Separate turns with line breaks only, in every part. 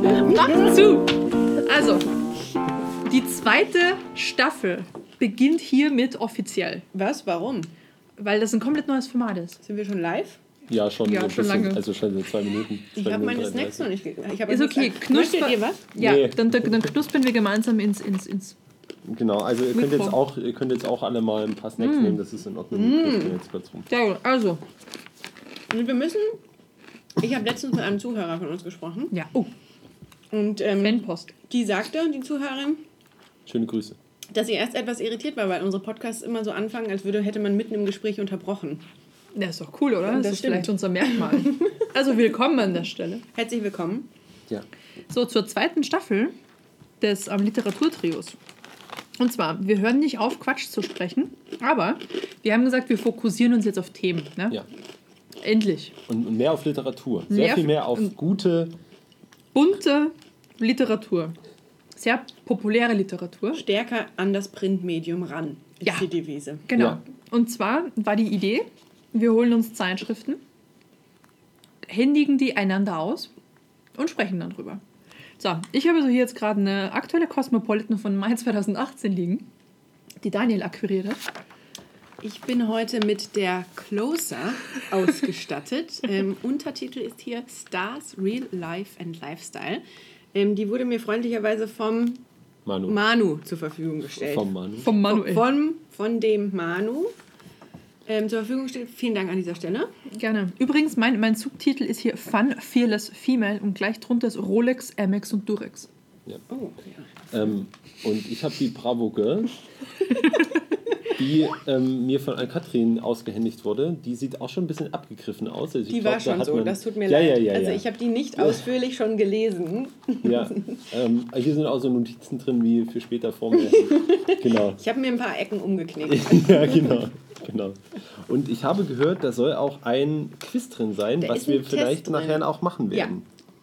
macht zu! Also, die zweite Staffel beginnt hiermit offiziell,
Was? Warum?
weil das ein komplett neues Format ist.
Sind wir schon live?
Ja, schon
Ja,
so ein
schon
bisschen.
lange.
Also schon so zwei Minuten.
Ich
Zwei
habe
Minuten
meine Snacks
33.
noch nicht gegessen.
Ist okay,
Knusper.
knusper.
ihr was?
Ja,
Nee.
dann, dann, dann knuspern wir gemeinsam ins. ins, ins.
Genau, also ihr könnt,
Mikro.
jetzt auch, ihr könnt jetzt auch alle mal ein paar
Mm.
Snacks nehmen, das ist in Ordnung. Ich bin jetzt kurz rum.
Ja, also.
Und wir müssen... Ich habe letztens mit einem Zuhörer von uns gesprochen.
Ja, oh,
Und ähm,
Fanpost.
die sagte, die Zuhörerin,
Schöne Grüße.
dass sie erst etwas irritiert war, weil unsere Podcasts immer so anfangen, als würde, hätte man mitten im Gespräch unterbrochen.
Ja, ist doch cool, oder? Das,
Das
ist
stimmt.
vielleicht unser Merkmal. Also, willkommen an der Stelle.
Herzlich willkommen.
Ja.
So, zur zweiten Staffel des ähm, Literaturtrios. Und zwar, wir hören nicht auf, Quatsch zu sprechen, aber wir haben gesagt, wir fokussieren uns jetzt auf Themen. Ne?
ja.
Endlich.
Und, und mehr auf Literatur. Sehr
Mehr-
viel mehr auf gute.
Bunte Literatur. Sehr populäre Literatur.
Stärker an das Printmedium ran, ist
Ja.
die Devise.
Genau.
Ja.
Und zwar war die Idee, wir holen uns Zeitschriften, händigen die einander aus und sprechen dann drüber. So, ich habe so hier jetzt gerade eine aktuelle Cosmopolitan von Mai 2018 liegen, die Daniel akquiriert hat.
Ich bin heute mit der Closer ausgestattet. ähm, Untertitel ist hier Stars, Real Life and Lifestyle. Ähm, die wurde mir freundlicherweise vom
Manu.
Manu zur Verfügung gestellt.
Vom Manu.
Vom Manuel.
Von, von dem Manu ähm, zur Verfügung gestellt. Vielen Dank an dieser Stelle.
Gerne. Übrigens, mein, mein Subtitel ist hier Fun, Fearless, Female und gleich drunter ist Rolex, Amex und Durex.
Oh, ja.
Ähm, und ich habe die Bravo Girl, die ähm, mir von Ann-Kathrin ausgehändigt wurde. Die sieht auch schon ein bisschen abgegriffen aus. Also ich
Die
glaub,
war
da
schon
hat
so,
man-
das tut mir
ja,
leid.
Ja, ja,
also
ja.
ich habe die nicht ausführlich schon gelesen.
Ja, ähm, hier sind auch so Notizen drin, wie für später vormerken. genau.
Ich habe mir ein paar Ecken umgeknickt.
ja, genau. genau. Und ich habe gehört, da soll auch ein Quiz drin sein,
Da ist
was
ein
wir
Test
vielleicht
drin.
nachher auch machen
Ja.
werden.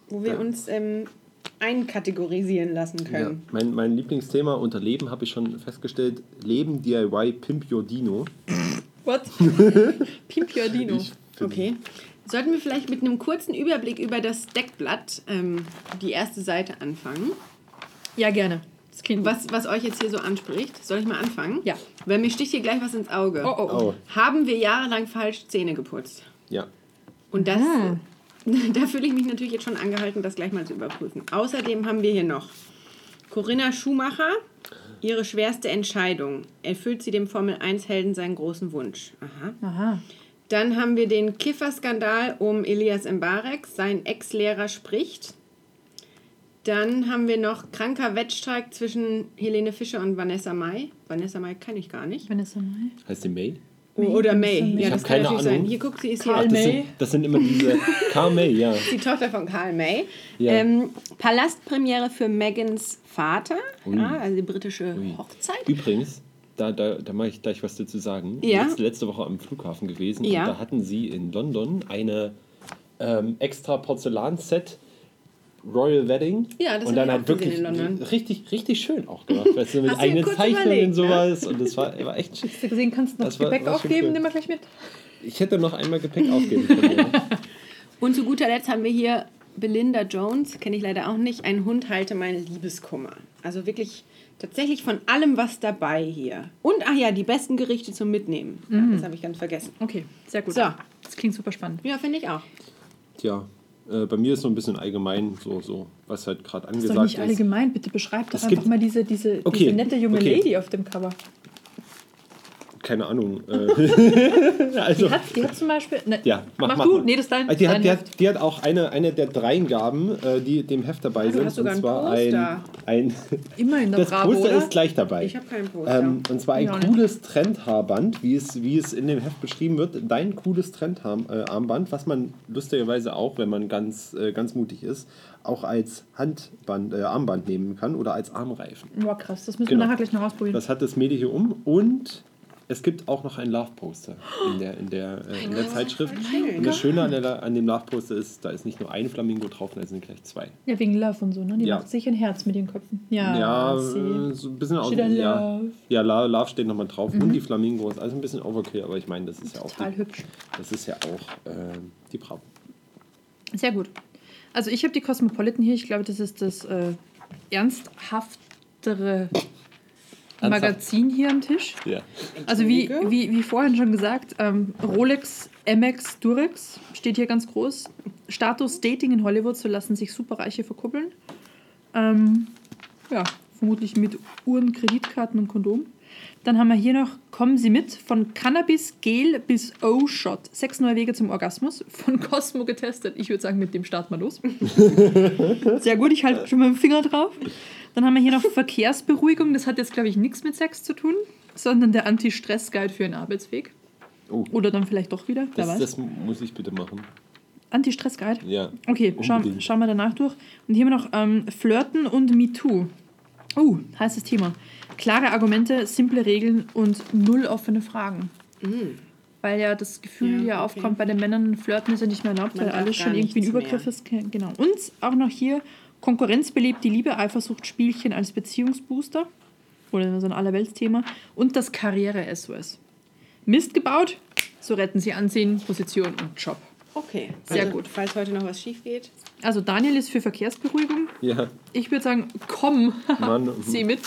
Wo wir uns ähm, einkategorisieren lassen
Ja.
können.
Mein, mein Lieblingsthema unter Leben habe ich schon festgestellt: Leben, DIY, Pimp Your Dino.
What? Pimp Your Dino.
Ich bin-
Okay. Sollten wir vielleicht mit einem kurzen Überblick über das Deckblatt, ähm, die erste Seite, anfangen?
Ja, gerne. Das klingt was.
Was, was euch jetzt hier so anspricht? Soll ich mal anfangen?
Ja.
Weil mir sticht hier gleich was ins Auge.
Oh, oh, oh.
Oh,
Haben wir jahrelang falsch Zähne geputzt?
ja.
Und das,
Ah.
da fühle ich mich natürlich jetzt schon angehalten, das gleich mal zu überprüfen. Außerdem haben wir hier noch Corinna Schumacher, ihre schwerste Entscheidung. Erfüllt sie dem Formel-1-Helden seinen großen Wunsch? Aha.
Aha.
Dann haben wir den Kifferskandal um Elias Mbarek, sein Ex-Lehrer spricht. Dann haben wir noch kranker Wettstreit zwischen Helene Fischer und Vanessa Mai. Vanessa Mai kann ich gar nicht.
Vanessa Mai.
Heißt die May?
O- Oder May.
Vanessa Mai.
Ja,
Ich
das
hab
kann
keine
natürlich
Ahnung.
sein. Hier guckt sie ist
Ach,
hier.
das,
May.
sind, das sind immer diese. Car May, ja.
Die Tochter von Karl May.
Ja.
Ähm, Palastpremiere für Megans Vater.
Ui.
Ah, also die britische
Ui.
Hochzeit.
Übrigens, da, da, da mache ich gleich was dazu sagen.
Ja.
Letzte, letzte Woche am Flughafen gewesen
Ja.
und da hatten sie in London eine ähm, extra Porzellanset Royal Wedding.
Ja, das
und
hab
dann
ich
hat
auch gesehen
wirklich
in London.
richtig richtig schön auch gemacht, weißt du, mit
Hast du dir
eigenen
kurz
Zeichnungen und
überlegt, ne?
sowas und das war, war echt schön.
Hast du gesehen, kannst du noch
Das war-
Gepäck
war schon
aufgeben?
cool.
Nimm mal gleich mit.
Ich hätte noch einmal Gepäck aufgeben können. ja.
Und zu guter Letzt haben wir hier Belinda Jones, kenne ich leider auch nicht. Ein Hund halte meine Liebeskummer. Also wirklich tatsächlich von allem was dabei hier. Und ach ja, die besten Gerichte zum Mitnehmen. Ja, das habe ich ganz vergessen.
Okay, sehr gut.
So.
Das klingt super spannend.
Ja, finde ich auch.
Tja, äh, bei mir ist so ein bisschen allgemein so so, was halt
Ist
gerade
doch
angesagt
nicht
ist.
allgemein, bitte beschreib doch
Es
einfach
gibt-
mal diese, diese,
Okay,
diese nette junge
okay.
Lady auf dem Cover.
Keine Ahnung. Äh, also
Die hat, die hat zum Beispiel. Ne,
Ja, mach, mach,
du.
mal.
Nee, das ist dein.
Ah, Die
dein
hat, die,
Heft.
hat, die hat auch eine, eine der Dreingaben, äh, die dem Heft dabei
du
Also
sind.
hast sogar
und
ein
zwar
Poster.
ein. ein
Immer in der
das
Bravo,
Poster
oder?
ist gleich dabei.
Ich habe keinen Poster.
ähm, und zwar ein
Ja, ne?
cooles Trendhaarband, wie es, wie es in dem Heft beschrieben wird. Dein cooles Trendarmband, was man lustigerweise auch, wenn man ganz, äh, ganz mutig ist, auch als Handband, äh, Armband nehmen kann oder als Armreifen.
Boah, krass, das müssen
Genau.
wir nachher gleich noch ausprobieren.
Das hat das Mädel hier um und es gibt auch noch ein Love-Poster in der, in der, äh, in der Zeitschrift. Und das Schöne an, der, an dem Love-Poster ist, da ist nicht nur ein Flamingo drauf, da sind gleich zwei.
ja, wegen Love und so, ne? Die
Ja.
macht sich ein Herz mit den Köpfen. Ja,
Ja,
sie.
äh, so ein bisschen aus.
Steht da
Ja,
Love? Mhm.
ja La- Love steht nochmal drauf und die Flamingos. Also ein bisschen Overkill, aber ich meine, das ist ja auch,
total hübsch.
das ist ja auch ähm, die Bravo.
Sehr gut. Also ich habe die Cosmopolitan hier. Ich glaube, das ist das äh, ernsthaftere Magazin hier am Tisch.
Ja.
Also wie,
Entschuldige.
wie, wie vorhin schon gesagt, ähm, Rolex, Amex, Durex steht hier ganz groß. Status Dating in Hollywood, so lassen sich Superreiche verkuppeln. Ähm, ja, vermutlich mit Uhren, Kreditkarten und Kondom. Dann haben wir hier noch Kommen Sie mit, von Cannabis, Gel bis O-Shot. Sechs neue Wege zum Orgasmus, von Cosmo getestet. Ich würde sagen, mit dem starten wir los. Sehr gut, ich halte schon mit dem Finger drauf. Dann haben wir hier noch Verkehrsberuhigung. Das hat jetzt, glaube ich, nichts mit Sex zu tun, sondern der Anti-Stress-Guide für den Arbeitsweg.
Oh,
Oder dann vielleicht doch wieder, wer
das,
weiß.
das muss ich bitte machen.
Anti-Stress-Guide?
Ja.
Okay, schauen
Unbedingt.
schauen wir danach durch. Und hier haben wir noch ähm, Flirten und MeToo. Oh, heißes Thema. Klare Argumente, simple Regeln und null offene Fragen. Weil ja das Gefühl ja,
Mm. Ja,
aufkommt
okay.
bei den Männern, Flirten ist ja nicht mehr erlaubt,
Man
weil
darf
alles
gar
schon irgendwie ein
nichts
Übergriff
mehr.
ist. Ke- Genau. Und auch noch hier Konkurrenz belebt die Liebe, Eifersucht, Spielchen als Beziehungsbooster. Oder so ein Allerweltsthema. Und das Karriere-SOS. Mist gebaut, so retten sie Ansehen, Position und Job.
Okay.
Sehr
also,
gut.
Falls heute noch was schief geht.
Also Daniel ist für Verkehrsberuhigung,
Ja,
ich würde sagen, komm,
Mann.
zieh mit.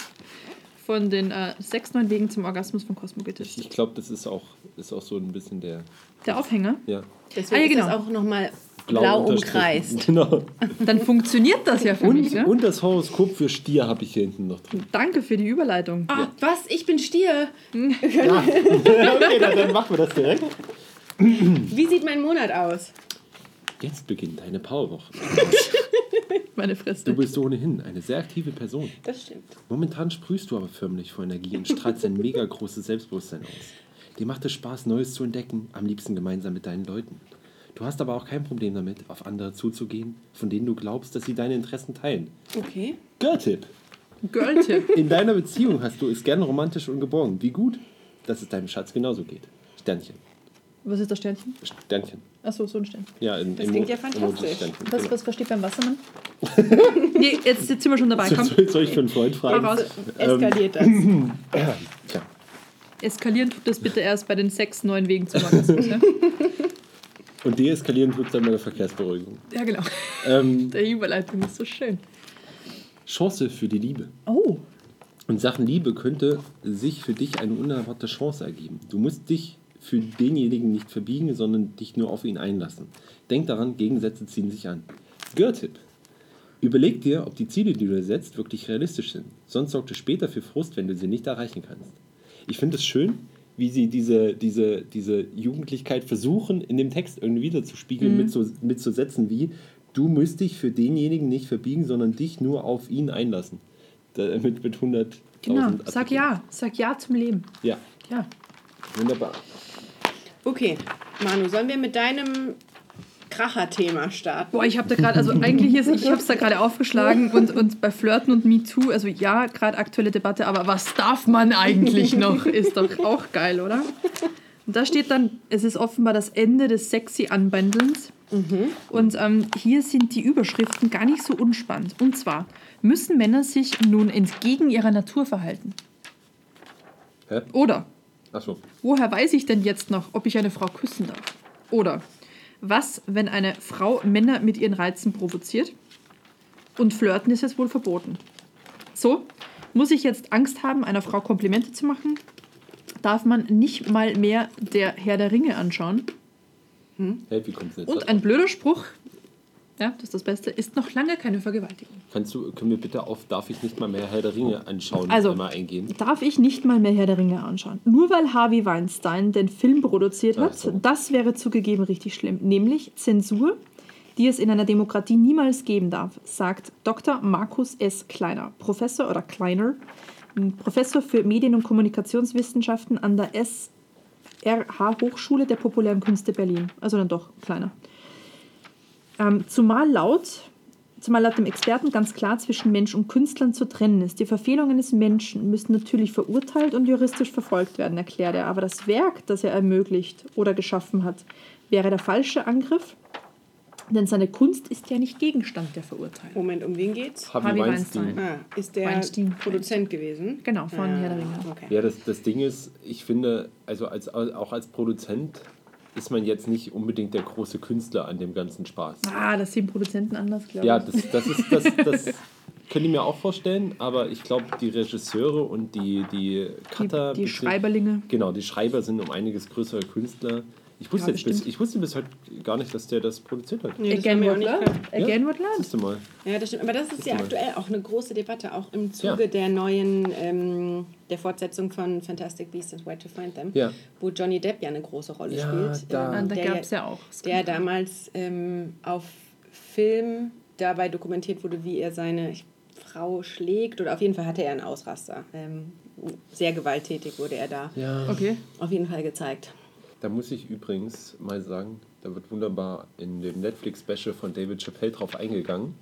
Von den äh, sechs neuen Wegen zum Orgasmus von Kosmogetisch.
ich glaube, das ist auch, ist auch so ein bisschen der.
Der Aufhänger.
Ja.
Deswegen
Ah, ja,
ist
genau.
das auch nochmal
blau
blau,
unterstrichen.
umkreist.
Genau.
Dann funktioniert das ja für mich.
Und,
Ne?
und das Horoskop für Stier habe ich hier hinten noch drin.
Danke für die Überleitung.
Ah, was? Ich bin Stier.
Ja. okay, dann, dann machen wir das direkt.
Wie sieht mein Monat aus?
Jetzt beginnt deine Powerwoche.
Meine
Du
Fresse.
bist ohnehin eine sehr aktive Person.
Das stimmt.
Momentan sprühst du aber förmlich vor Energie und strahlst ein mega großes Selbstbewusstsein aus. Dir macht es Spaß, Neues zu entdecken, am liebsten gemeinsam mit deinen Leuten. Du hast aber auch kein Problem damit, auf andere zuzugehen, von denen du glaubst, dass sie deine Interessen teilen.
Okay.
Girl-Tipp!
Girl-Tipp.
In deiner Beziehung hast du es gern romantisch und geborgen. Wie gut, dass es deinem Schatz genauso geht. Sternchen.
Was ist das Sternchen?
Sternchen.
Achso, so ein Sternchen.
Ja, in,
Das
im
klingt ja
Mond- im
fantastisch.
Mond ist Sternchen.
Was,
Genau.
was versteht beim Wassermann? nee, jetzt, jetzt sind wir schon dabei. Komm,
Soll, soll ich für einen Freund fragen?
Hau raus.
Ähm,
Eskaliert das.
Tja.
eskalieren tut das bitte erst bei den sechs neuen Wegen zum Orgasmus. Ne?
Und deeskalieren tut es dann bei der Verkehrsberuhigung.
Ja, genau.
Ähm,
Der Überleitung ist so schön.
Chance für die Liebe.
Oh.
Und Sachen Liebe könnte sich für dich eine unerwartete Chance ergeben. Du musst dich für denjenigen nicht verbiegen, sondern dich nur auf ihn einlassen. Denk daran, Gegensätze ziehen sich an. Girl-Tipp. Überleg dir, ob die Ziele, die du dir setzt, wirklich realistisch sind. Sonst sorgt es später für Frust, wenn du sie nicht erreichen kannst. Ich finde es schön, wie sie diese, diese, diese Jugendlichkeit versuchen, in dem Text irgendwie wiederzuspiegeln
Mhm.
mit, so, mit so Sätzen wie Du musst dich für denjenigen nicht verbiegen, sondern dich nur auf ihn einlassen. Da, mit mit 100.000
Genau. Sag
Artikeln.
ja. Sag ja zum Leben.
Ja,
Ja.
wunderbar.
Okay, Manu, sollen wir mit deinem Kracher-Thema starten?
Boah, ich habe da gerade, also eigentlich ist, ich habe es da gerade aufgeschlagen und, und bei Flirten und MeToo, also ja, gerade aktuelle Debatte, aber was darf man eigentlich noch? Ist doch auch geil, oder? Und da steht dann, es ist offenbar das Ende des sexy Anbändelns. Und ähm, hier sind die Überschriften gar nicht so unspannend. Und zwar, müssen Männer sich nun entgegen ihrer Natur verhalten?
Hä?
Oder
Achso.
Woher weiß ich denn jetzt noch, ob ich eine Frau küssen darf? Oder was, wenn eine Frau Männer mit ihren Reizen provoziert? Und flirten ist jetzt wohl verboten. So, muss ich jetzt Angst haben, einer Frau Komplimente zu machen? Darf man nicht mal mehr der Herr der Ringe anschauen?
Hey, wie kommt's jetzt?
Und äh, ein blöder Spruch, ja, das ist das Beste, ist noch lange keine Vergewaltigung.
Kannst du, können wir bitte auf Darf ich nicht mal mehr Herr der Ringe anschauen,
Also-
einmal eingehen?
Darf ich nicht mal mehr Herr der Ringe anschauen? Nur weil Harvey Weinstein den Film produziert
Ach
hat,
so.
das wäre zugegeben richtig schlimm. Nämlich Zensur, die es in einer Demokratie niemals geben darf, sagt Dr. Markus S. Kleiner, Professor oder Kleiner, m, Professor für Medien- und Kommunikationswissenschaften an der SRH Hochschule der Populären Künste Berlin. Also dann doch Kleiner. Ähm, zumal laut Zumal laut dem Experten ganz klar zwischen Mensch und Künstlern zu trennen ist. Die Verfehlungen des Menschen müssen natürlich verurteilt und juristisch verfolgt werden, erklärt er. Aber das Werk, das er ermöglicht oder geschaffen hat, wäre der falsche Angriff, denn seine Kunst ist ja nicht Gegenstand der Verurteilung.
Moment, um wen geht's?
Harvey Weinstein.
Ah, ist der
Weinstein.
Produzent gewesen?
Genau, von
ah,
Herr der Ringe.
Okay.
Ja, das, das Ding ist, ich finde, also als, auch als Produzent ist man jetzt nicht unbedingt der große Künstler an dem ganzen Spaß.
Ah, das sehen Produzenten anders, glaube
Ja,
ich.
das, das ist das, das könnte ich mir auch vorstellen, aber ich glaube, die Regisseure und die, die Cutter.
die
bezieh-
Schreiberlinge.
Genau, die Schreiber sind um einiges größere Künstler. Ich
Ja,
wusste,
das
bis,
stimmt.
ich wusste bis heute gar nicht, dass der das produziert hat.
Nee, das
Again
haben wir
What
auch
Love?
nicht gehabt.
Ja,
Again What Love?
Siehst du mal.
Ja, das stimmt. Aber das ist ja
mal.
aktuell auch eine große Debatte, auch im Zuge
Ja.
der neuen, ähm, der Fortsetzung von Fantastic Beasts and Where to Find Them,
Ja.
wo Johnny Depp ja eine große Rolle
Ja,
spielt.
da-
ähm,
Ah, da
der
gab es ja auch.
der damals ähm, auf Film dabei dokumentiert wurde, wie er seine Frau schlägt. Oder auf jeden Fall hatte er einen Ausraster. Ähm, sehr gewalttätig wurde er da.
Ja.
Okay.
Auf jeden Fall gezeigt.
Da muss ich übrigens mal sagen, da wird wunderbar in dem Netflix-Special von David Chappelle drauf eingegangen.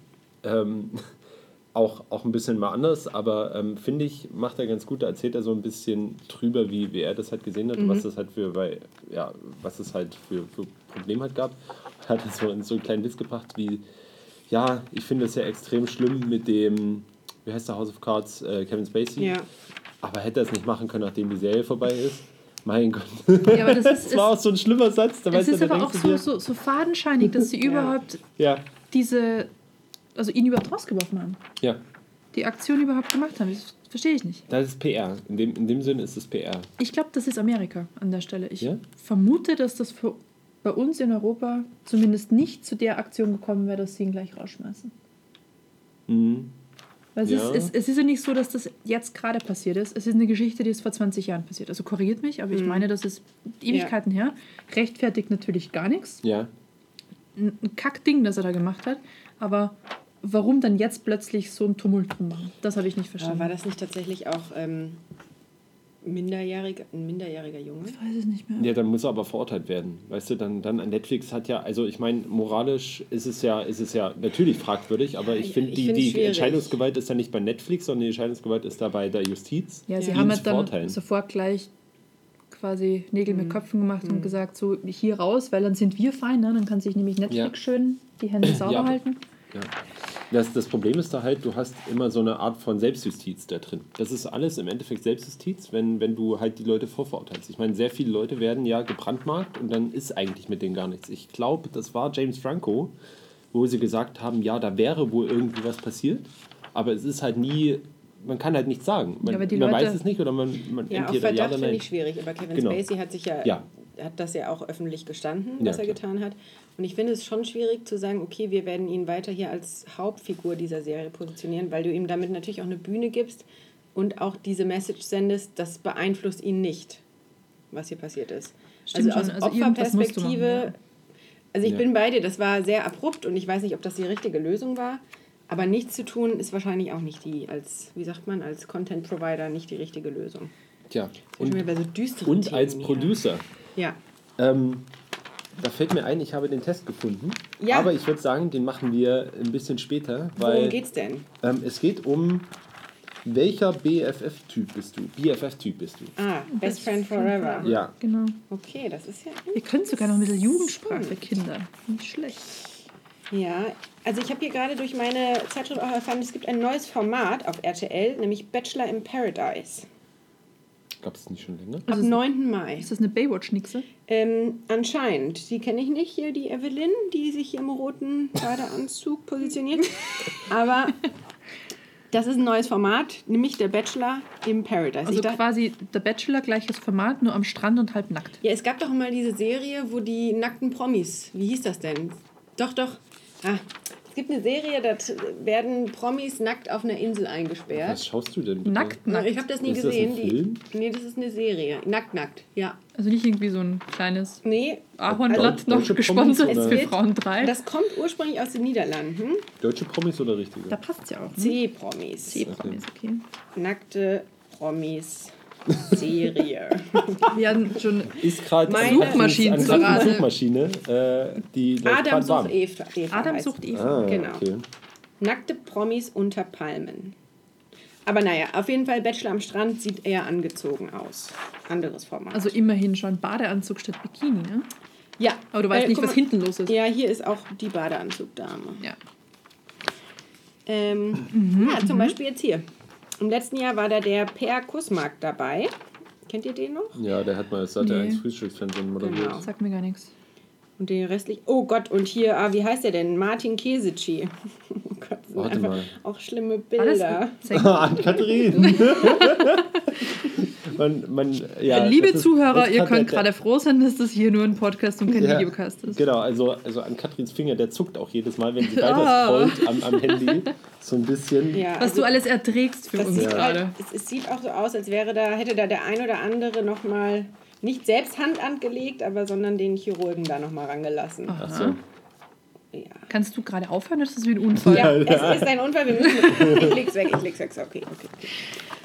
Ähm, auch, auch ein bisschen mal anders, aber ähm, finde ich, macht er ganz gut. Da erzählt er so ein bisschen drüber, wie, wie er das halt gesehen hat und was das halt für, weil, ja, was es halt für, für Probleme halt gab. Hat er so in so einen kleinen Witz gebracht, wie, ja, ich finde es ja extrem schlimm mit dem, wie heißt der House of Cards, äh, Kevin Spacey.
Ja.
Aber hätte er es nicht machen können, nachdem die Serie vorbei ist. Mein Gott.
Ja, aber das ist,
Das war auch
ist,
so ein schlimmer Satz. Da
es
weißt du,
ist
da
aber auch
denkst du
so, so,
dir,
so fadenscheinig, dass sie
Ja.
überhaupt
Ja,
diese, also ihn überhaupt rausgeworfen haben.
ja.
Die Aktion überhaupt gemacht haben. Das verstehe ich nicht.
Das ist PR. In dem, in dem Sinne ist es PR.
Ich glaube, das ist Amerika an der Stelle. Ich
Ja?
vermute, dass das für bei uns in Europa zumindest nicht zu der Aktion gekommen wäre, dass sie ihn gleich rausschmeißen.
Mhm.
Weil es,
Ja.
ist, es, es ist ja nicht so, dass das jetzt gerade passiert ist. Es ist eine Geschichte, die ist vor 20 Jahren passiert. Also korrigiert mich,
Mhm.
aber ich meine, das ist Ewigkeiten her. Rechtfertigt natürlich gar nichts.
Ja.
Ein ein Kackding, das er da gemacht hat. Aber warum dann jetzt plötzlich so ein Tumult drum machen? Das habe ich nicht
Aber
verstanden.
war das nicht tatsächlich auch ähm, minderjähriger, ein minderjähriger Junge?
ich weiß es nicht mehr.
Ja, dann muss er aber verurteilt werden. Weißt du, dann, dann Netflix hat ja, also ich meine, moralisch ist es ja, ist es ja natürlich fragwürdig, aber ich
ja,
finde,
ich
die,
find's
die
schwierig.
Entscheidungsgewalt ist ja nicht bei Netflix, sondern die Entscheidungsgewalt ist da bei der Justiz.
Ja, sie
Ja.
haben
Ihn
halt
zu
dann
verurteilen.
sofort gleich quasi Nägel mit Köpfen gemacht und gesagt, so hier raus, weil dann sind wir fein, ne? dann kann sich nämlich Netflix
Ja.
schön die Hände sauber
aber-
halten.
Ja. Das, das Problem ist da halt, du hast immer so eine Art von Selbstjustiz da drin. Das ist alles im Endeffekt Selbstjustiz, wenn, wenn du halt die Leute vorverurteilst. Ich meine, sehr viele Leute werden ja gebrandmarkt und dann ist eigentlich mit denen gar nichts. Ich glaube, das war James Franco, wo sie gesagt haben, ja, da wäre wohl irgendwie was passiert, aber es ist halt nie, man kann halt nichts sagen. Man,
Ja, aber die
man
Leute-
weiß es nicht oder man, man
Ja, auf
entweder
Verdacht
ja oder
finde
nein.
ich schwierig, aber Kevin
Genau.
Spacey hat sich ja,
Ja.
hat das ja auch öffentlich gestanden,
Ja,
was er
klar.
getan hat. Und ich finde es schon schwierig zu sagen, okay, wir werden ihn weiter hier als Hauptfigur dieser Serie positionieren, weil du ihm damit natürlich auch eine Bühne gibst und auch diese Message sendest, das beeinflusst ihn nicht, was hier passiert ist.
Stimmt
also
schon,
aus
also irgendwas musst du machen,
Opferperspektive,
ja.
also ich
Ja.
bin bei dir, das war sehr abrupt und ich weiß nicht, ob das die richtige Lösung war. Aber nichts zu tun ist wahrscheinlich auch nicht die, als, wie sagt man, als Content Provider nicht die richtige Lösung.
Tja.
Und,
Und,
so düsteren
und
Themen
als
hier.
Producer.
Ja.
Ähm, da fällt mir ein, ich habe den Test gefunden.
Ja.
Aber ich würde sagen, den machen wir ein bisschen später, weil
Worum geht's denn?
Ähm, es geht um welcher BFF-Typ bist du? BFF-Typ bist du?
Ah, Best Friend Forever.
Ja.
Genau.
Okay, das ist ja.
Ihr könnt sogar noch ein bisschen Jugendsprache für Kinder. Nicht schlecht.
Ja, also ich habe hier gerade durch meine Zeitschrift auch erfahren, es gibt ein neues Format auf RTL, nämlich Bachelor in Paradise.
Gab es nicht schon länger?
Am
Also-
9. Mai.
Ist das eine Baywatch-Nixe?
Ähm, anscheinend. Die kenne ich nicht hier, die Evelyn, die sich hier im roten Badeanzug positioniert. Aber das ist ein neues Format, nämlich der Bachelor in Paradise.
Also
Ich dachte-
quasi der Bachelor, gleiches Format, nur am Strand und halb nackt.
Ja, es gab doch mal diese Serie, wo die nackten Promis, wie hieß das denn? Doch, doch. Ah, es gibt eine Serie, da t- werden Promis nackt auf einer Insel
Was
eingesperrt.
schaust du denn? bitte?
Nackt,
Na,
nackt.
ich habe das nie
Ist das
gesehen.
ein Film?
Die, nee, das ist eine Serie. Nackt, nackt, ja.
Also nicht irgendwie so ein kleines
Nee,
Ahornblatt
Also Deutsche
noch
Promis
gesponsert
oder-
für Frauen Mhm. 3.
das kommt ursprünglich aus den Niederlanden.
Deutsche Promis oder richtige?
da passt ja auch. Ne?
C-Promis.
C-Promis, okay.
Nackte Promis. Serie.
Wir hatten schon
Ist gerade
Meine-
Suchmaschinen
an
zu
gerade eine
Rate.
Suchmaschine, äh, die läuft
Adam
grad warm.
eh.
sucht Eva. Eva
Adam
heißt
sucht Eva.
Ah,
Genau.
genau. okay.
Nackte Promis unter Palmen. Aber naja, auf jeden Fall Bachelor am Strand sieht eher angezogen aus. Anderes Format.
Also immerhin schon Badeanzug statt Bikini, ne?
ja,
Aber du weißt nicht,
Äh, guck
was
mal.
hinten los ist.
Ja, hier ist auch die Badeanzugdame.
Ja. Mhm.
Ähm, ja, zum Beispiel jetzt hier. Im letzten Jahr war da der Per Kussmark dabei. Kennt ihr den noch?
Ja, der hat mal das hatte
Nee.
eins Frühstücksfernsehen moderiert.
Genau.
Sagt mir gar nichts.
Und den restlichen. Oh Gott, und hier, ah, wie heißt der denn? Martin Kesici. Oh Gott, das sind
Warte
einfach
mal.
auch schlimme
Alles
Bilder.
Sex.
An Katharin. man, man, ja,
Liebe
das ist-
Zuhörer,
das
ihr
hat
könnt
der-
gerade froh sein, dass das hier nur ein Podcast und kein
Ja,
Videocast ist.
Genau, also, also an Katrins Finger, der zuckt auch jedes Mal, wenn sie
Ah.
weiter scrollt am, am Handy. So ein bisschen.
Oh. Ja, also
Was du alles erträgst für
das
uns
sieht halt,
gerade.
es, es sieht auch so aus, als wäre da, hätte da der ein oder andere nochmal nicht selbst Hand angelegt, aber sondern den Chirurgen da nochmal rangelassen.
Ach so.
Ja.
Kannst du gerade aufhören? Das ist wie ein Unfall.
Ja,
ja.
es ist ein Unfall, wir müssen. Ich leg's weg, ich leg's weg. So, Okay, okay.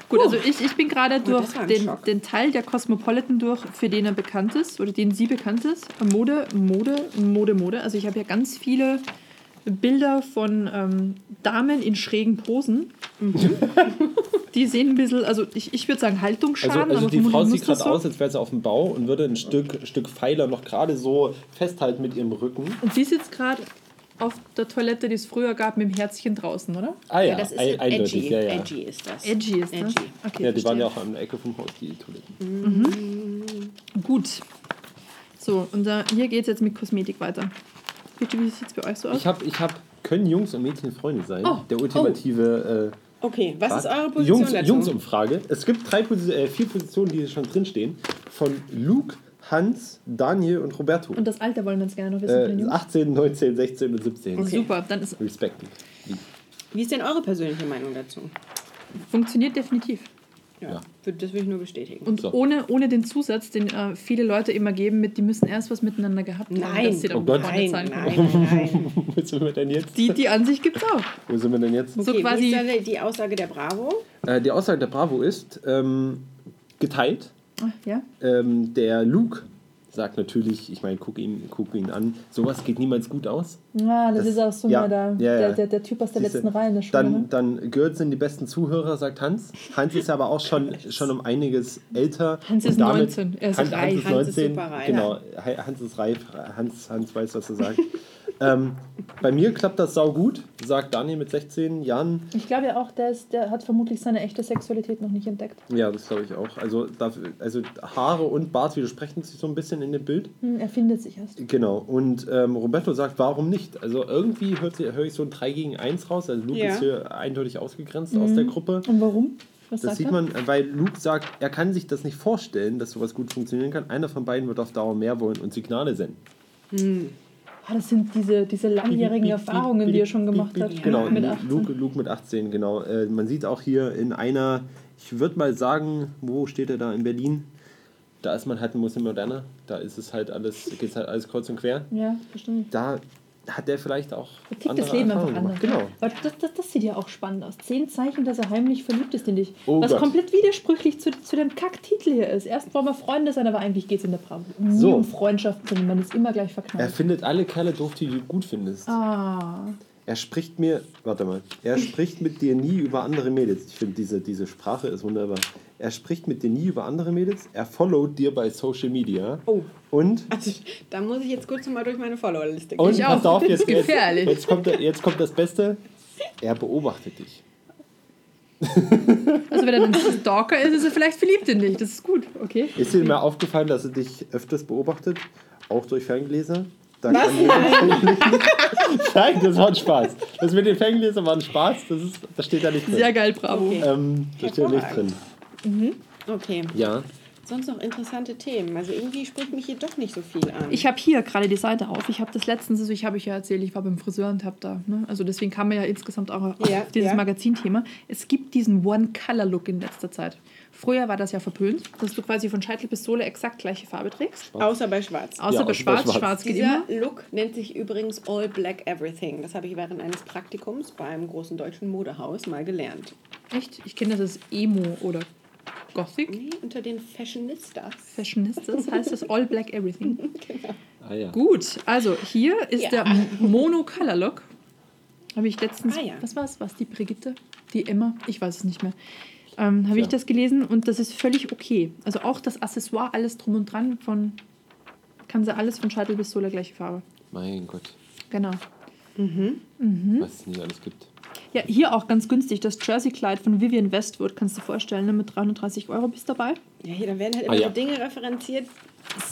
Gut, also ich, ich bin gerade durch
das war ein
den,
Schock.
den Teil der Cosmopolitan durch, für den er bekannt ist oder den sie bekannt ist. Mode, Mode, Mode, Mode. Also ich habe ja ganz viele Bilder von ähm, Damen in schrägen Posen. Mhm. Die sehen ein bisschen, also ich, ich würde sagen
Also,
Haltungsschaden.
also
aber
die Frau
vermutlich
sieht
muss das
gerade aus, als wäre sie auf dem Bau und würde ein Stück, Stück Pfeiler noch gerade so festhalten mit ihrem Rücken.
Und sie sitzt gerade auf der Toilette, die es früher gab, mit dem Herzchen draußen, oder?
Ah ja,
Ja, das ist
ei- eindeutig.
edgy.
Ja, ja.
Edgy ist das.
Edgy ist das.
Edgy.
Okay,
ja, die
verstehe.
waren ja auch an der Ecke vom Haus, die
Mhm.
Toiletten.
Gut. So, und da, hier geht es jetzt mit Kosmetik weiter. Bitte, wie sieht es bei euch so aus?
Ich habe, ich hab, können Jungs und Mädchen Freunde sein?
Oh,
Der ultimative. Äh,
Okay, was oh. ist
Rat.
eure Position
Jungs,
dazu?
Jungsumfrage. Es gibt drei Posi äh, vier Positionen, die schon drinstehen. Von Luke, Hans, Daniel und Roberto.
Und das Alter wollen wir uns gerne noch wissen. von den
äh,
Jungs.
18, 19, 16 und 17.
Okay.
Super, dann ist,
Respekt.
Wie ist denn eure persönliche Meinung dazu?
funktioniert definitiv.
Ja,
Ja.
wür- Das will ich nur bestätigen.
Und
So.
ohne, ohne den Zusatz, den äh, viele Leute immer geben, mit, die müssen erst was miteinander gehabt haben,
Nein.
dass sie dann
Oh Gott.
befreundet
Nein,
sein
nein,
können.
nein.
Wo sind wir denn jetzt?
Die, die Ansicht gibt es auch.
Wo sind wir denn jetzt?
So
Okay,
quasi-
wie ist dann die Aussage der Bravo?
Äh, die Aussage der Bravo ist ähm, geteilt.
Ah, Ja?
Ähm, der Luke sagt natürlich, ich meine, guck ihn, guck ihn an, sowas geht niemals gut aus.
Ja, Ah, das,
Das-
ist auch so
ja,
mehr der,
ja, ja.
Der, der, der Typ aus der
Siehste,
letzten Reihe. Der Schwule, ne?
Dann, dann Gürz sind die besten Zuhörer, sagt Hans. Hans ist ja aber auch schon, schon um einiges älter.
Hans
und
ist 19, er ist
Hans,
reif.
Hans ist 19,
Hans ist super reif.
Genau, He- Hans ist reif, Hans, Hans weiß, was er sagt. ähm, bei mir klappt das saugut, sagt Daniel mit 16 Jahren.
Ich glaube ja auch, der, ist, der hat vermutlich seine echte Sexualität noch nicht entdeckt.
Ja, das glaube ich auch. Also, dafür, also Haare und Bart widersprechen sich so ein bisschen in dem Bild.
Hm, er findet sich erst.
Genau. Und ähm, Roberto sagt, warum nicht? Also irgendwie hört sie- höre ich so ein 3 gegen 1 raus. Also Luke
Ja.
ist hier eindeutig ausgegrenzt aus der Gruppe.
Und warum? Mhm. Was sagt
Das sieht
er?
man, weil Luke sagt, er kann sich das nicht vorstellen, dass sowas gut funktionieren kann. Einer von beiden wird auf Dauer mehr wollen und Signale senden.
Ah, das sind diese, diese langjährigen
Beep, beep, beep,
Erfahrungen,
beep,
die er schon
beep,
gemacht
beep.
hat.
Genau,
Mit
Lu-
18.
Luke, Luke mit 18, genau. Äh, man sieht auch hier in einer, ich würde mal sagen, wo steht er da in Berlin? Da ist man halt ein Muslim moderner. Da ist es halt alles, geht halt alles kreuz und quer.
Ja, bestimmt.
Da hat er vielleicht auch.
Da tickt das
andere
Leben einfach
Erfahrungen
anders.
gemacht. Genau.
Aber das, das, das sieht ja auch spannend aus. Zehn Zeichen, dass er heimlich verliebt ist in dich.
Oh
was
Gott.
komplett widersprüchlich zu, zu dem Kacktitel hier ist. Erst wollen wir Freunde sein, aber eigentlich geht es in der Bravo. Nie
So.
um Freundschaft, sondern man ist immer gleich
Er
verknallt.
findet alle Kerle doof, die du gut findest.
Ah,
Er spricht mir, warte mal, er spricht mit dir nie über andere Mädels. Ich finde, diese, diese Sprache ist wunderbar. Er spricht mit dir nie über andere Mädels. Er followt dir bei Social Media.
Oh.
Und,
Also, da muss ich jetzt kurz mal durch meine Followerliste
und
gehen.
auch.
pass auf, jetzt, jetzt,
Gefährlich.
jetzt, kommt, der- jetzt kommt das Beste. Er beobachtet dich.
also wenn er ein Stalker ist, ist er vielleicht verliebt in dich. Das ist gut, okay?
Ist dir mal aufgefallen, dass er dich öfters beobachtet? Auch durch Ferngläser? Da
Was?
kann ich- Nein, das war ein Spaß. Das mit den Ferngläsern war ein Spaß. Das, ist, das steht da nicht drin.
Sehr geil, Bravo.
Okay.
ähm, das steht da nicht drin.
Hervorragend. Okay,
Ja.
sonst noch interessante Themen. Also irgendwie spricht mich hier doch nicht so viel an.
Ich habe hier gerade die Seite auf. Ich habe das letztens, also ich habe euch ja erzählt, ich war beim Friseur und habe da, ne? also deswegen kam man ja insgesamt auch auf
Ja,
dieses
ja.
Magazinthema. Es gibt diesen One-Color-Look in letzter Zeit. Früher war das ja verpönt, dass du quasi von Scheitel bis Sohle exakt gleiche Farbe trägst.
Außer bei Schwarz.
Außer
Ja,
bei
außer
Schwarz,
bei
Schwarz,
Schwarz.
geht
Dieser
immer.
Look nennt sich übrigens All Black Everything. Das habe ich während eines Praktikums beim großen deutschen Modehaus mal gelernt.
Echt? Ich kenne das als Emo oder Gothic.
Nee, unter den Fashionistas.
Fashionistas heißt das All Black Everything.
Ah, ja.
Gut, also hier ist
Ja.
der Mono-Color-Look. Habe ich letztens,
Ah, ja.
was war es? Was die Brigitte? Die Emma? Ich weiß es nicht mehr. Ähm, Habe ich
Tja.
das gelesen und das ist völlig okay. Also auch das Accessoire, alles drum und dran von, kann sie alles von Scheitel bis Sohle gleiche Farbe.
Mein Gott,
Genau.
was es nicht alles gibt.
Ja, hier auch ganz günstig. Das Jersey-Kleid von Vivian Westwood, kannst du dir vorstellen, ne? mit 330 Euro bist dabei.
Ja, hier, dann werden halt
Ah,
immer
ja.
so Dinge referenziert.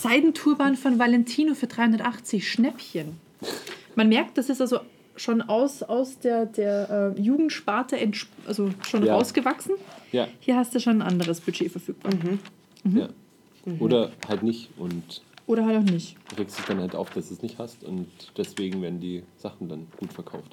Seidenturban von Valentino für 380 Schnäppchen. Man merkt, das ist also schon aus, aus der, der äh, Jugendsparte entsp- also schon
Ja.
rausgewachsen.
Ja,
Hier hast du schon ein anderes Budget verfügbar. Mhm.
ja. Oder halt nicht und
Oder halt auch nicht.
regst dich dann halt auf, dass du es nicht hast und deswegen werden die Sachen dann gut verkauft.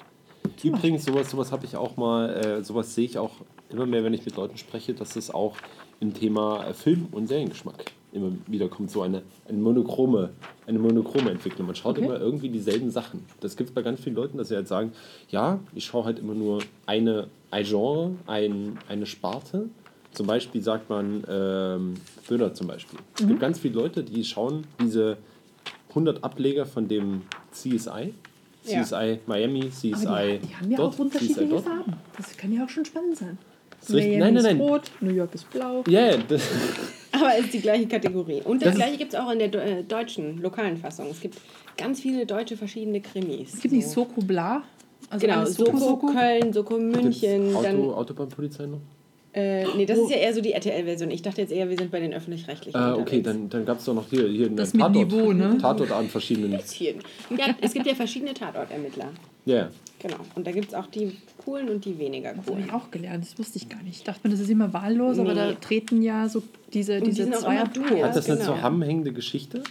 Übrigens, sowas, sowas habe ich auch mal, äh, sowas sehe ich auch immer mehr, wenn ich mit Leuten spreche, dass es auch im Thema äh, Film- und Seriengeschmack immer wieder kommt, so eine, eine monochrome, eine monochrome Entwicklung. Man schaut
Okay.
immer irgendwie dieselben Sachen. Das gibt es bei ganz vielen Leuten, dass sie halt sagen, ja, ich schaue halt immer nur eine, ein Genre, ein, eine Sparte. Zum Beispiel sagt man ähm, Thriller zum Beispiel. Es gibt ganz viele Leute, die schauen diese 100 Ableger von dem CSI.
Ja.
CSI Miami, CSI
Aber die, die haben ja
dort,
auch unterschiedliche
dort.
Farben. Das kann ja auch schon spannend sein.
Ist richtig- nein, nein,
ist
nein.
rot, New York ist blau.
Ja, ja, das,
Aber es ist die gleiche Kategorie. Und das,
Das ist-
gleiche gibt es auch in der de- äh, deutschen, lokalen Fassung. Es gibt ganz viele deutsche verschiedene Krimis.
Es gibt nicht Soko Bla. Also
Genau,
alles
Soko,
Soko.
Köln, Soko München.
Auto,
Dann,
Autobahnpolizei noch?
äh, nee, das
Oh.
ist ja eher so die RTL-Version. Ich dachte jetzt eher, wir sind bei den öffentlich-rechtlichen.
Äh, okay,
unterwegs.
dann, dann gab es doch noch hier, hier
Das
einen
mit Niveau, ne?
Tatort an verschiedenen.
Bisschen. Ja, es gibt ja verschiedene Tatortermittler.
Ja, ja.
Genau. Und da gibt es auch die coolen und die weniger
Das habe
coolen.
ich auch gelernt, das wusste ich gar nicht. Ich dachte mir, das ist immer wahllos, aber
Nee.
da treten ja so diese,
Und die
diese
sind auch
Zweier-
immer Duos.
Ja.
Hat das eine
genau.
zusammenhängende Geschichte?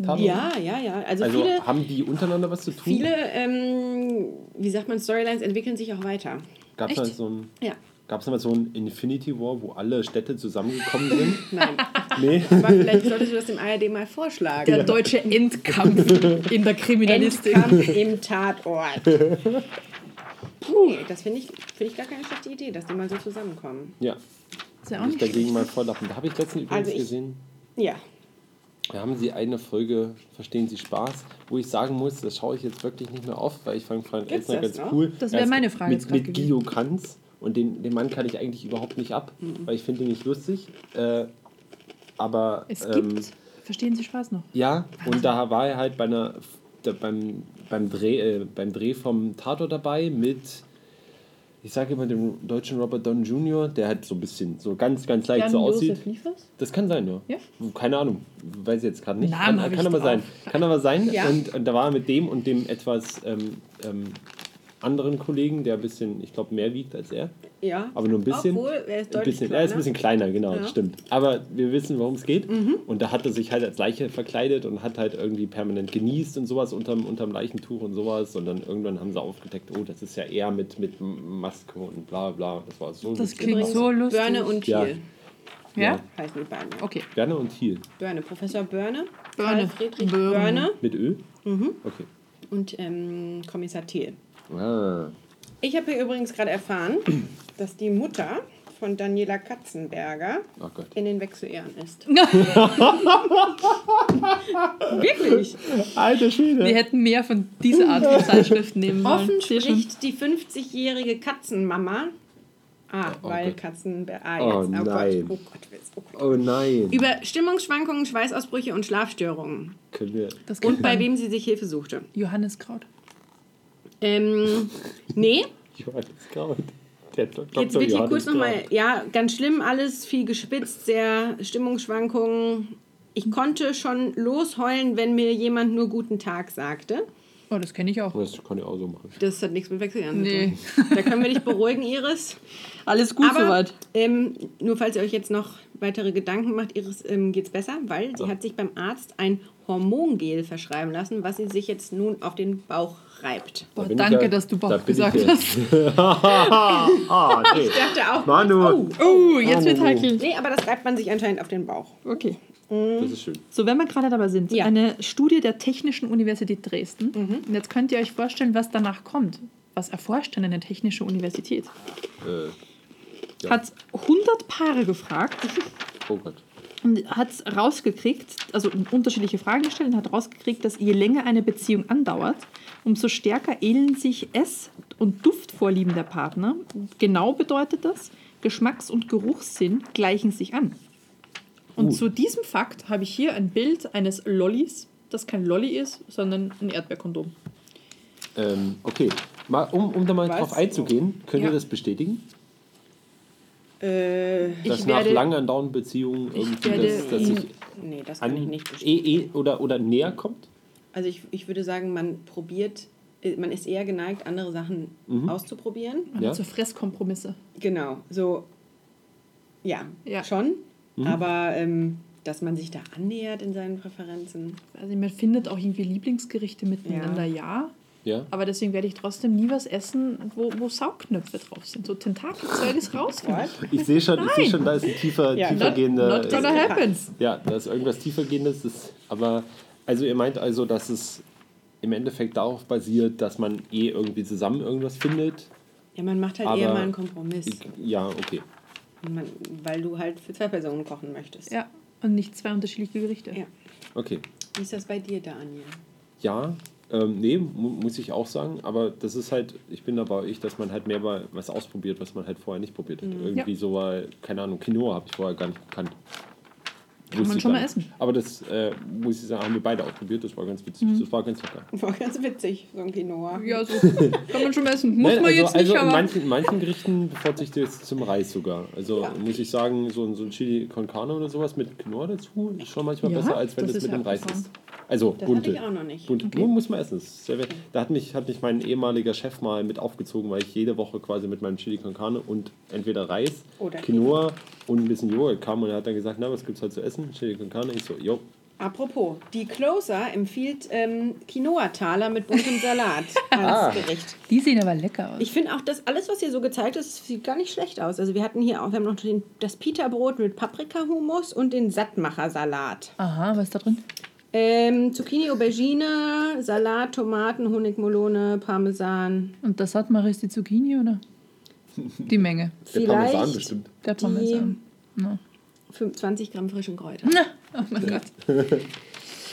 Tatort?
Ja, ja, ja. Also,
Also
viele,
haben die untereinander was zu tun?
viele ähm, wie sagt man, Storylines entwickeln sich auch weiter.
Gab es
Echt?
mal so ein.
Ja.
Gab es mal so ein Infinity War, wo alle Städte zusammengekommen sind?
Nein.
nee.
Aber vielleicht solltest du das dem ARD mal vorschlagen.
Der deutsche Endkampf in der Kriminalistik.
Endkampf im Tatort. Puh, das finde ich, find ich gar keine schlechte Idee, dass die mal so zusammenkommen.
Ja,
Ist ja auch
muss
nicht
ich
schlecht.
dagegen mal vorlappen. Da habe ich letztens übrigens
Also ich-
gesehen.
Ja.
Da haben sie eine Folge Verstehen Sie Spaß, wo ich sagen muss, das schaue ich jetzt wirklich nicht mehr auf, weil ich fand Frank
Gibt's
Elsner
das
ganz
noch?
cool.
Das wäre
Ja, es-
meine Frage jetzt
Mit,
gerade
mit Guido Kanz. Und den, den Mann kann ich eigentlich überhaupt nicht ab,
Mhm.
weil ich finde ihn nicht lustig. Äh, aber
Es
ähm,
gibt, verstehen Sie Spaß noch?
ja, und da war er halt bei einer, da, beim, beim, Dreh, äh, beim Dreh vom Tator dabei mit, ich sage immer dem deutschen Robert Downey Jr., der halt so ein bisschen, so ganz, ganz leicht so aussieht.
Liefers?
Das kann sein, ja.
Ja?
Keine Ahnung, weiß ich jetzt gerade nicht.
Namen hab
kann
ich
kann aber
drauf.
sein. Kann aber sein.
Ja.
Und, und da war er mit dem und dem etwas ähm, ähm, anderen Kollegen, der ein bisschen, ich glaube, mehr wiegt als er.
Ja.
Aber nur ein bisschen.
Obwohl, er ist
ein
deutlich
bisschen, er ist ein
kleiner.
bisschen kleiner, genau,
Ja.
stimmt. Aber wir wissen, worum es geht. Und da hat er sich halt als Leiche verkleidet und hat halt irgendwie permanent genießt und sowas unterm, unterm Leichentuch und sowas. Und dann irgendwann haben sie aufgedeckt, oh, das ist ja er mit, mit Maske und bla bla. Das war so
Das
witzig.
klingt so lustig.
Börne und
Ja.
Thiel
Ja?
Ja.
heißen die beiden.
Okay.
Werner und Thiel.
Börne, Professor Börne,
Börne.
Karl Friedrich
Börne.
Börne,
Mit Öl? Okay.
und ähm, Kommissar Thiel.
Ah.
Ich habe hier übrigens gerade erfahren, dass die Mutter von Daniela Katzenberger
Oh Gott.
in den Wechseljahren ist. Wirklich?
Alter
Wir
Schwede.
hätten mehr von dieser Art von Zeitschriften nehmen sollen.
Offen
Sehe schon.
spricht die 50-jährige Katzenmama. Ah,
Oh
weil
Gott.
Katzenberger. Ah,
Oh
jetzt.
nein.
Gott. Oh Gott, Witz. oh Gott.
Oh nein.
Über Stimmungsschwankungen, Schweißausbrüche und Schlafstörungen.
Können wir.
Das
Und
und
bei wem sie sich Hilfe suchte.
Johannes Kraut.
Ähm, nee,
Johannes Kraut. Der Dr.
jetzt wirklich
Johannes
kurz
Kraut.
nochmal. Ja, ganz schlimm alles, viel gespitzt, sehr Stimmungsschwankungen. Ich konnte schon losheulen, wenn mir jemand nur guten Tag sagte.
Oh, das kenne ich auch.
Das kann ich auch so machen.
Das hat nichts mit Wechseljahren
Nee.
zu tun. Da können wir dich beruhigen, Iris.
Alles gut
Aber ähm, nur falls ihr euch jetzt noch weitere Gedanken macht, Iris ähm, geht's besser, weil sie hat sich beim Arzt ein Hormongel verschreiben lassen, was sie sich jetzt nun auf den Bauch reibt.
Boah,
bin ich
danke,
ja-
dass du Bock
da bin ich
gesagt
jetzt.
hast.
Ah, nee.
Ich dachte auch.
Manu.
Oh, jetzt wird
Oh.
heikel.
Nee, aber das reibt man sich anscheinend auf den Bauch.
Okay.
Das ist schön.
So, wenn wir gerade dabei sind,
Ja.
eine Studie der Technischen Universität Dresden. Und jetzt könnt ihr euch vorstellen, was danach kommt. Was erforscht denn eine Technische Universität?
Äh, Ja.
Hat 100 Paare gefragt
oh Gott.
und hat rausgekriegt, also unterschiedliche Fragen gestellt und hat rausgekriegt, dass je länger eine Beziehung andauert, umso stärker ähneln sich Ess- und Duftvorlieben der Partner. Genau bedeutet das, Geschmacks- und Geruchssinn gleichen sich an. Und
Uh.
zu diesem Fakt habe ich hier ein Bild eines Lollis, das kein Lolli ist, sondern ein Erdbeerkondom.
Ähm, okay. Mal, um, um da mal
Weiß
drauf
so.
einzugehen, könnt
Ja.
ihr das bestätigen?
Äh,
Dass
ich
nach
werde,
lang andauernden Beziehungen irgendwie
werde
das, dass
ihn-
sich
nee, das kann ich
an
nicht bestätigen.
eh, eh oder, oder näher kommt?
Also ich, ich würde sagen, man probiert, äh, man ist eher geneigt, andere Sachen
Mhm.
auszuprobieren.
Aber
Ja.
zu Fresskompromisse.
Genau, so, ja,
Ja.
schon.
Mhm.
Aber ähm, dass man sich da annähert in seinen Präferenzen.
Also man findet auch irgendwie Lieblingsgerichte miteinander, ja.
Ja.
Aber deswegen werde ich trotzdem nie was essen, wo, wo Saugknöpfe drauf sind. So Tentakelzeug ist raus. für mich.
Ich sehe schon, ich sehe
Nein.
schon, da ist ein tiefer,
Ja, not-
tiefergehender.
Not gonna happen.
Ja, da ist irgendwas tiefergehendes. Das, aber also ihr meint also, dass es im Endeffekt darauf basiert, dass man eh irgendwie zusammen irgendwas findet.
Ja, man macht halt
Aber
eher mal einen Kompromiss,
Ich, ja, okay.
man, weil du halt für zwei Personen kochen möchtest.
Ja, und nicht zwei unterschiedliche Gerichte.
Ja.
Okay.
Wie ist das bei dir da, Anja?
Ja, ähm, nee, mu muss ich auch sagen. Aber das ist halt, ich bin dabei, ich, dass man halt mehr mal was ausprobiert, was man halt vorher nicht probiert
Mhm.
hat. Irgendwie so mal, keine Ahnung, Quinoa habe ich vorher gar nicht gekannt.
Kann man
Wusste ich
schon
gar
mal
nicht.
essen.
Aber das äh, muss ich sagen, haben wir beide auch probiert. Das war ganz witzig.
Mhm.
Das war ganz lecker.
War ganz witzig, so ein Quinoa.
Ja, so kann man schon mal essen. Muss
Nein,
man
also,
jetzt nicht,
also in
aber
manchen, in manchen Gerichten bevorzugt ihr es zum Reis sogar. Also muss ich sagen, so, ein- so ein Chili con carne oder sowas mit Knorr dazu ist schon manchmal
Ja,
besser, als wenn
das
es
ist
mit
ja
dem Reis
abgefahren.
ist. Also
Das hatte
bunte.
ich auch noch nicht.
Bunte. Nur muss man essen. Das ist sehr wert. Da hat mich, hat mich mein ehemaliger Chef mal mit aufgezogen, weil ich jede Woche quasi mit meinem Chili con carne und entweder Reis,
Oder
Quinoa und ein bisschen Joghurt kam und er hat dann gesagt, na, was gibt's heute zu essen? Chili con carne. Ich so, jo.
Apropos, die Closer empfiehlt ähm, Quinoa-Taler mit buntem Salat
Ah.
als Gericht.
die sehen aber lecker aus.
Ich finde auch, dass alles, was hier so gezeigt ist, sieht gar nicht schlecht aus. Also wir hatten hier auch, wir haben noch den, das Pita-Brot mit Paprika-Hummus und den Sattmacher-Salat.
Aha, was ist da drin?
Ähm, Zucchini, Aubergine, Salat, Tomaten, Honigmelone, Parmesan.
Und das hat Maris die Zucchini, oder? Die Menge.
Der
Vielleicht
Parmesan bestimmt.
Der Parmesan. Na.
die 25 Gramm frischen Kräuter.
Oh mein Gott.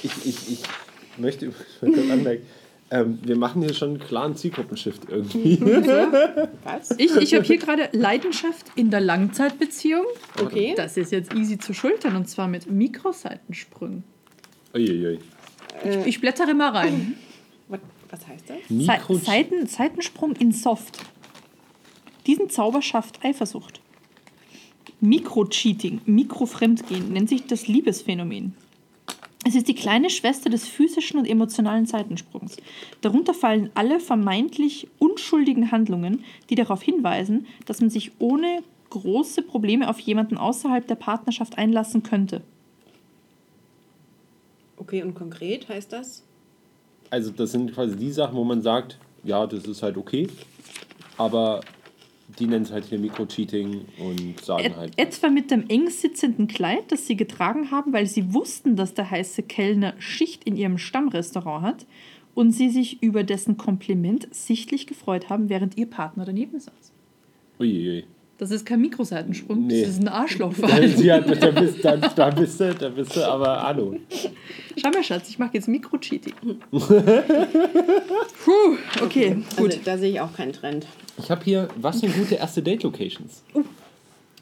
Ich, ich, ich möchte kurz anmerken, ähm, wir machen hier schon einen klaren Zielgruppenshift irgendwie.
Mhm.
Was?
Ich, ich habe hier gerade Leidenschaft in der Langzeitbeziehung.
Okay.
Das ist jetzt easy zu schultern und zwar mit Mikroseitensprüngen.
Uiuiui.
Ich, ich blättere mal rein.
Was, was heißt das?
Sei-
Mikro
Seiten, Seitensprung in Soft. Diesen Zauber schafft Eifersucht. Mikrocheating, Mikrofremdgehen nennt sich das Liebesphänomen. Es ist die kleine Schwester des physischen und emotionalen Seitensprungs. Darunter fallen alle vermeintlich unschuldigen Handlungen, die darauf hinweisen, dass man sich ohne große Probleme auf jemanden außerhalb der Partnerschaft einlassen könnte.
Okay, und konkret heißt das?
also das sind quasi die Sachen, wo man sagt, ja, das ist halt okay, aber die nennen es halt hier Mikro-Cheating und sagen
Et,
halt,
etwa mit dem eng sitzenden Kleid, das sie getragen haben, weil sie wussten, dass der heiße Kellner Schicht in ihrem Stammrestaurant hat und sie sich über dessen Kompliment sichtlich gefreut haben, während ihr Partner daneben saß.
uiuiui.
Das ist kein Mikroseitensprung,
Nee.
das ist ein Arschloch.
Sie hat, da, bist, da, da bist du, da bist du, aber hallo.
Schau mal, Schatz, ich mache jetzt Mikrocheating. Puh, okay,
Gut.
gut.
Also, da sehe ich auch keinen Trend.
Ich habe hier, was sind gute erste Date-Locations?
Uh.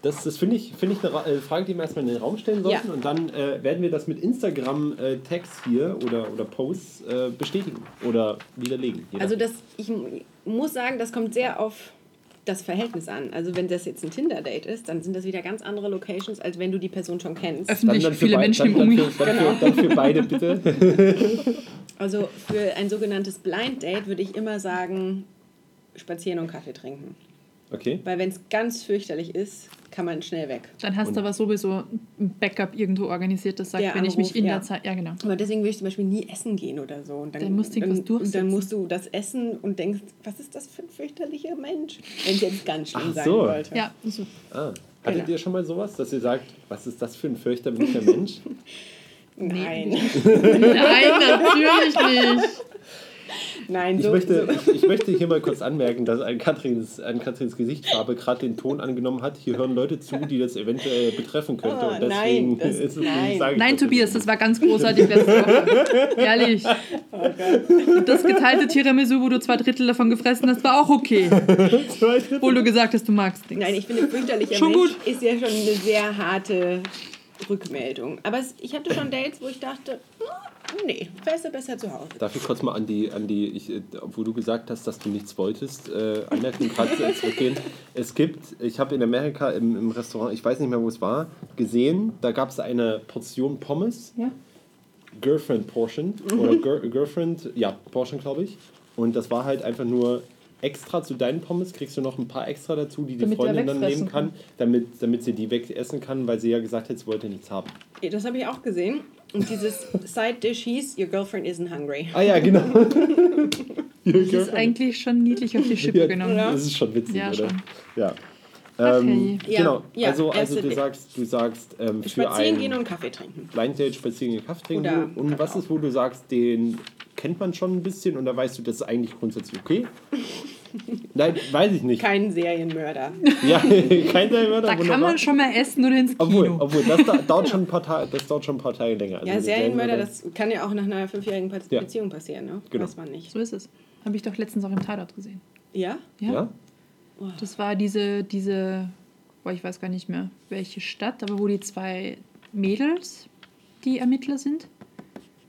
Das, das finde ich, finde ich eine Ra- äh, Frage, die wir erstmal in den Raum stellen sollten.
Ja.
Und dann äh, werden wir das mit Instagram-Tags hier oder, oder Posts äh, bestätigen oder widerlegen. je
Also
nachdem.
das, ich mu- muss sagen, das kommt sehr auf das Verhältnis an. Also wenn das jetzt ein Tinder-Date ist, dann sind das wieder ganz andere Locations, als wenn du die Person schon kennst.
Öffentlich
für
viele
bei-
Menschen im
dann,
Umgang.
dann, für, dann, für, dann für beide bitte.
Also für ein sogenanntes Blind Date würde ich immer sagen, spazieren und Kaffee trinken.
Okay.
Weil wenn es ganz fürchterlich ist, kann man schnell weg.
Dann hast du aber sowieso ein Backup irgendwo organisiert, das sagt,
Der
wenn ich mich
Anruf,
in
ja.
der Zeit. Ja, genau.
Aber deswegen will ich zum Beispiel nie essen gehen oder so. Und dann,
Dann musst du irgendwas
und
durchsetzen.
dann musst du das essen und denkst, was ist das für ein fürchterlicher Mensch, wenn es jetzt ganz schlimm
Ach
sein
so.
sollte.
Ja, also, so.
Ah, hattet
Genau.
ihr schon mal sowas, dass ihr sagt, was ist das für ein fürchterlicher Mensch?
Nein,
Nein, natürlich nicht.
nein,
Ich
so,
möchte,
Ne? so.
ich, ich möchte hier mal kurz anmerken, dass ein Katrins, ein Katrins Gesichtsfarbe gerade den Ton angenommen hat. Hier hören Leute zu, die das eventuell betreffen könnte.
Ah,
und deswegen
nein, das-
ist es
nein.
nicht sagen.
Nein, Tobias, das war ganz großartig letzte Woche. Ehrlich. Und das geteilte Tiramisu, wo du zwei Drittel davon gefressen hast, war auch okay. Obwohl du gesagt hast, du magst nichts.
Nein, ich finde, fürchterlicher
Schon
Mensch
gut.
ist ja schon eine sehr harte Rückmeldung. Aber es, ich hatte schon Dates, wo ich dachte, "Hm, nee, wärst du besser zu Hause.
Darf ich kurz mal an die, an die ich, äh, wo du gesagt hast, dass du nichts wolltest, äh, anmerken, gerade äh, zurückgehen? Es gibt, ich habe in Amerika im, im Restaurant, ich weiß nicht mehr, wo es war, gesehen, da gab es eine Portion Pommes,
Ja.
Girlfriend Portion, oder
Mhm.
Gir Girlfriend, ja, Portion, glaube ich. Und das war halt einfach nur extra zu deinen Pommes, kriegst du noch ein paar extra dazu, die die
Damit er
Freundin dann
wegfressen
nehmen kann, damit, damit sie die wegessen kann, weil sie ja gesagt hat, sie wollte nichts haben.
Ja, Das habe ich auch gesehen. Und dieses Side-Dish hieß, Your girlfriend isn't hungry.
Ah ja, genau.
Die ist eigentlich schon niedlich auf die Schippe
Ja,
genommen.
Ja.
Das ist schon witzig,
Ja,
oder?
schon.
Ja.
Ach,
Ähm,
ja.
Genau,
Ja,
also,
ja,
also
erste
du
Date.
sagst, du sagst ähm, für
Spazieren gehen
ein
und Kaffee trinken.
Blind Date spazieren gehen, Kaffee trinken.
Oder
und was
Kakao.
ist, wo du sagst, den kennt man schon ein bisschen und da weißt du, das ist eigentlich grundsätzlich okay? Nein, weiß ich nicht.
Keinen Serienmörder.
ja, kein Teilmörder,
Da kann man schon mal essen oder ins Kino.
obwohl, obwohl das da, dauert schon ein paar Tage, das dauert schon ein paar Tage länger.
Ja,
Also
Serienmörder, das kann ja auch nach einer fünfjährigen Pat-
Ja.
Beziehung passieren, ne?
Genau.
Weiß man nicht.
So ist es. Habe ich doch letztens auch im Tatort gesehen.
Ja?
Ja.
Ja?
Das war diese, diese, boah, ich weiß gar nicht mehr, welche Stadt, aber wo die zwei Mädels die Ermittler sind.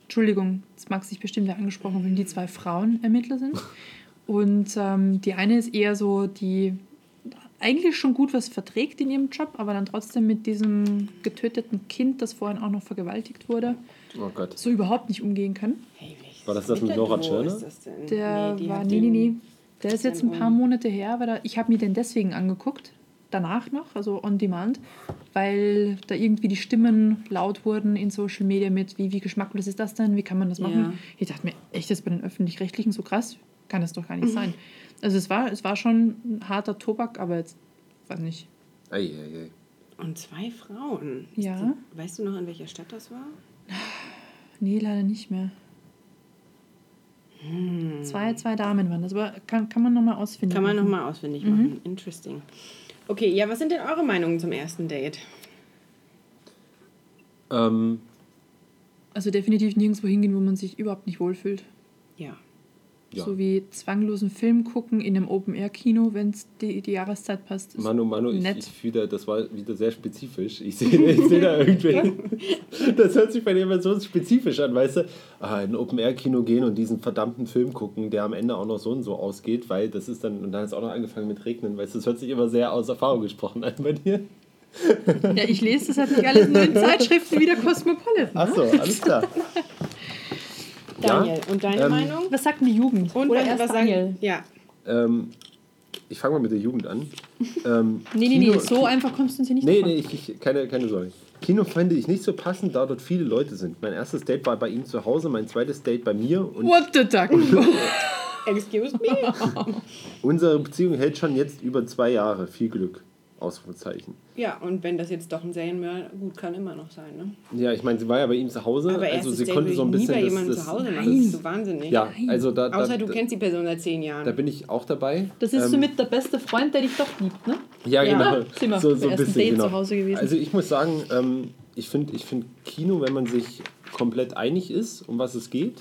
Entschuldigung, jetzt mag sich bestimmt wer angesprochen fühlen, die zwei Frauen Ermittler sind. Und ähm, die eine ist eher so, die eigentlich schon gut was verträgt in ihrem Job, aber dann trotzdem mit diesem getöteten Kind, das vorhin auch noch vergewaltigt wurde,
Oh Gott.
so überhaupt nicht umgehen kann.
Hey, welches
War das das mit
Mittel-
Nora
wo
Tschirner?
ist das denn?
Der
die
war,
hat
nee, nee,
den-
nee. Der ist jetzt ein
den
paar
um-
Monate her, weil er, ich habe mir den deswegen angeguckt, danach noch, also on demand, weil da irgendwie die Stimmen laut wurden in Social Media mit, wie, wie geschmacklos ist das denn, wie kann man das machen?
Ja.
Ich dachte mir, echt, das bei den Öffentlich-Rechtlichen so krass? Kann das doch gar
Mhm.
nicht sein. Also es war, es war schon ein harter Tobak, aber jetzt, weiß nicht.
Ei, ei, ei.
Und zwei Frauen.
Ja.
Ist die- Weißt du noch, in welcher Stadt das war?
Nee, leider nicht mehr. Zwei, zwei Damen waren das, aber kann, kann man nochmal ausfinden.
Hm. Kann man
Mhm.
nochmal auswendig machen. Interesting. Okay, ja, was sind denn eure Meinungen zum ersten Date?
Ähm,
Also definitiv nirgendwo hingehen, wo man sich überhaupt nicht wohlfühlt.
Ja.
ja.
So wie zwanglosen Film gucken in einem Open-Air-Kino, wenn es die, die Jahreszeit passt. ist
Manu, Manu, ich,
nett.
ich wieder, das war wieder sehr spezifisch. Ich sehe ich sehe da irgendwelche. Das hört sich bei dir immer so spezifisch an, weißt du? Ah, in ein Open-Air-Kino gehen und diesen verdammten Film gucken, der am Ende auch noch so und so ausgeht, weil das ist dann, und dann hat es auch noch angefangen mit Regnen, weißt du, das hört sich immer sehr aus Erfahrung gesprochen an bei dir.
ja, ich lese das halt nicht alles nur in Zeitschriften wie der Cosmopolitan. ne?
Achso, alles klar.
Daniel, und deine
ähm,
Meinung?
Was sagt denn die Jugend?
Und
Oder
was-
erst
was
Daniel?
sagen, ja,
Ähm, ich fange mal mit der Jugend an. Ähm,
Nee, nee, nee,
Kino-
so einfach kommst du uns hier nicht
Nee,
davon.
nee, ich, ich, keine, keine Sorge. Kino fände ich nicht so passend, da dort viele Leute sind. Mein erstes Date war bei ihm zu Hause, mein zweites Date bei mir und
What the duck?
excuse me.
unsere Beziehung hält schon jetzt über zwei Jahre. Viel Glück. Ausrufezeichen.
ja, und wenn das jetzt doch ein Serienmörder, gut, kann immer noch sein, ne?
Ja, ich meine, sie war ja bei ihm zu Hause,
Aber
also
erstes
sie
Date
konnte
würde
so ein
ich nie
bisschen
bei
das,
jemandem
das,
zu Hause machen, das ist so wahnsinnig.
ja, also da, da,
Außer du
da,
kennst die Person seit zehn Jahren.
da bin ich auch dabei.
Das ist
Ähm,
somit der beste Freund, der dich doch liebt, ne?
Ja,
Ja.
genau.
Sind wir
so,
beim
so ein
ersten
bisschen,
Date
genau.
zu Hause gewesen.
Also ich muss sagen, ähm, ich finde ich find Kino, wenn man sich komplett einig ist, um was es geht,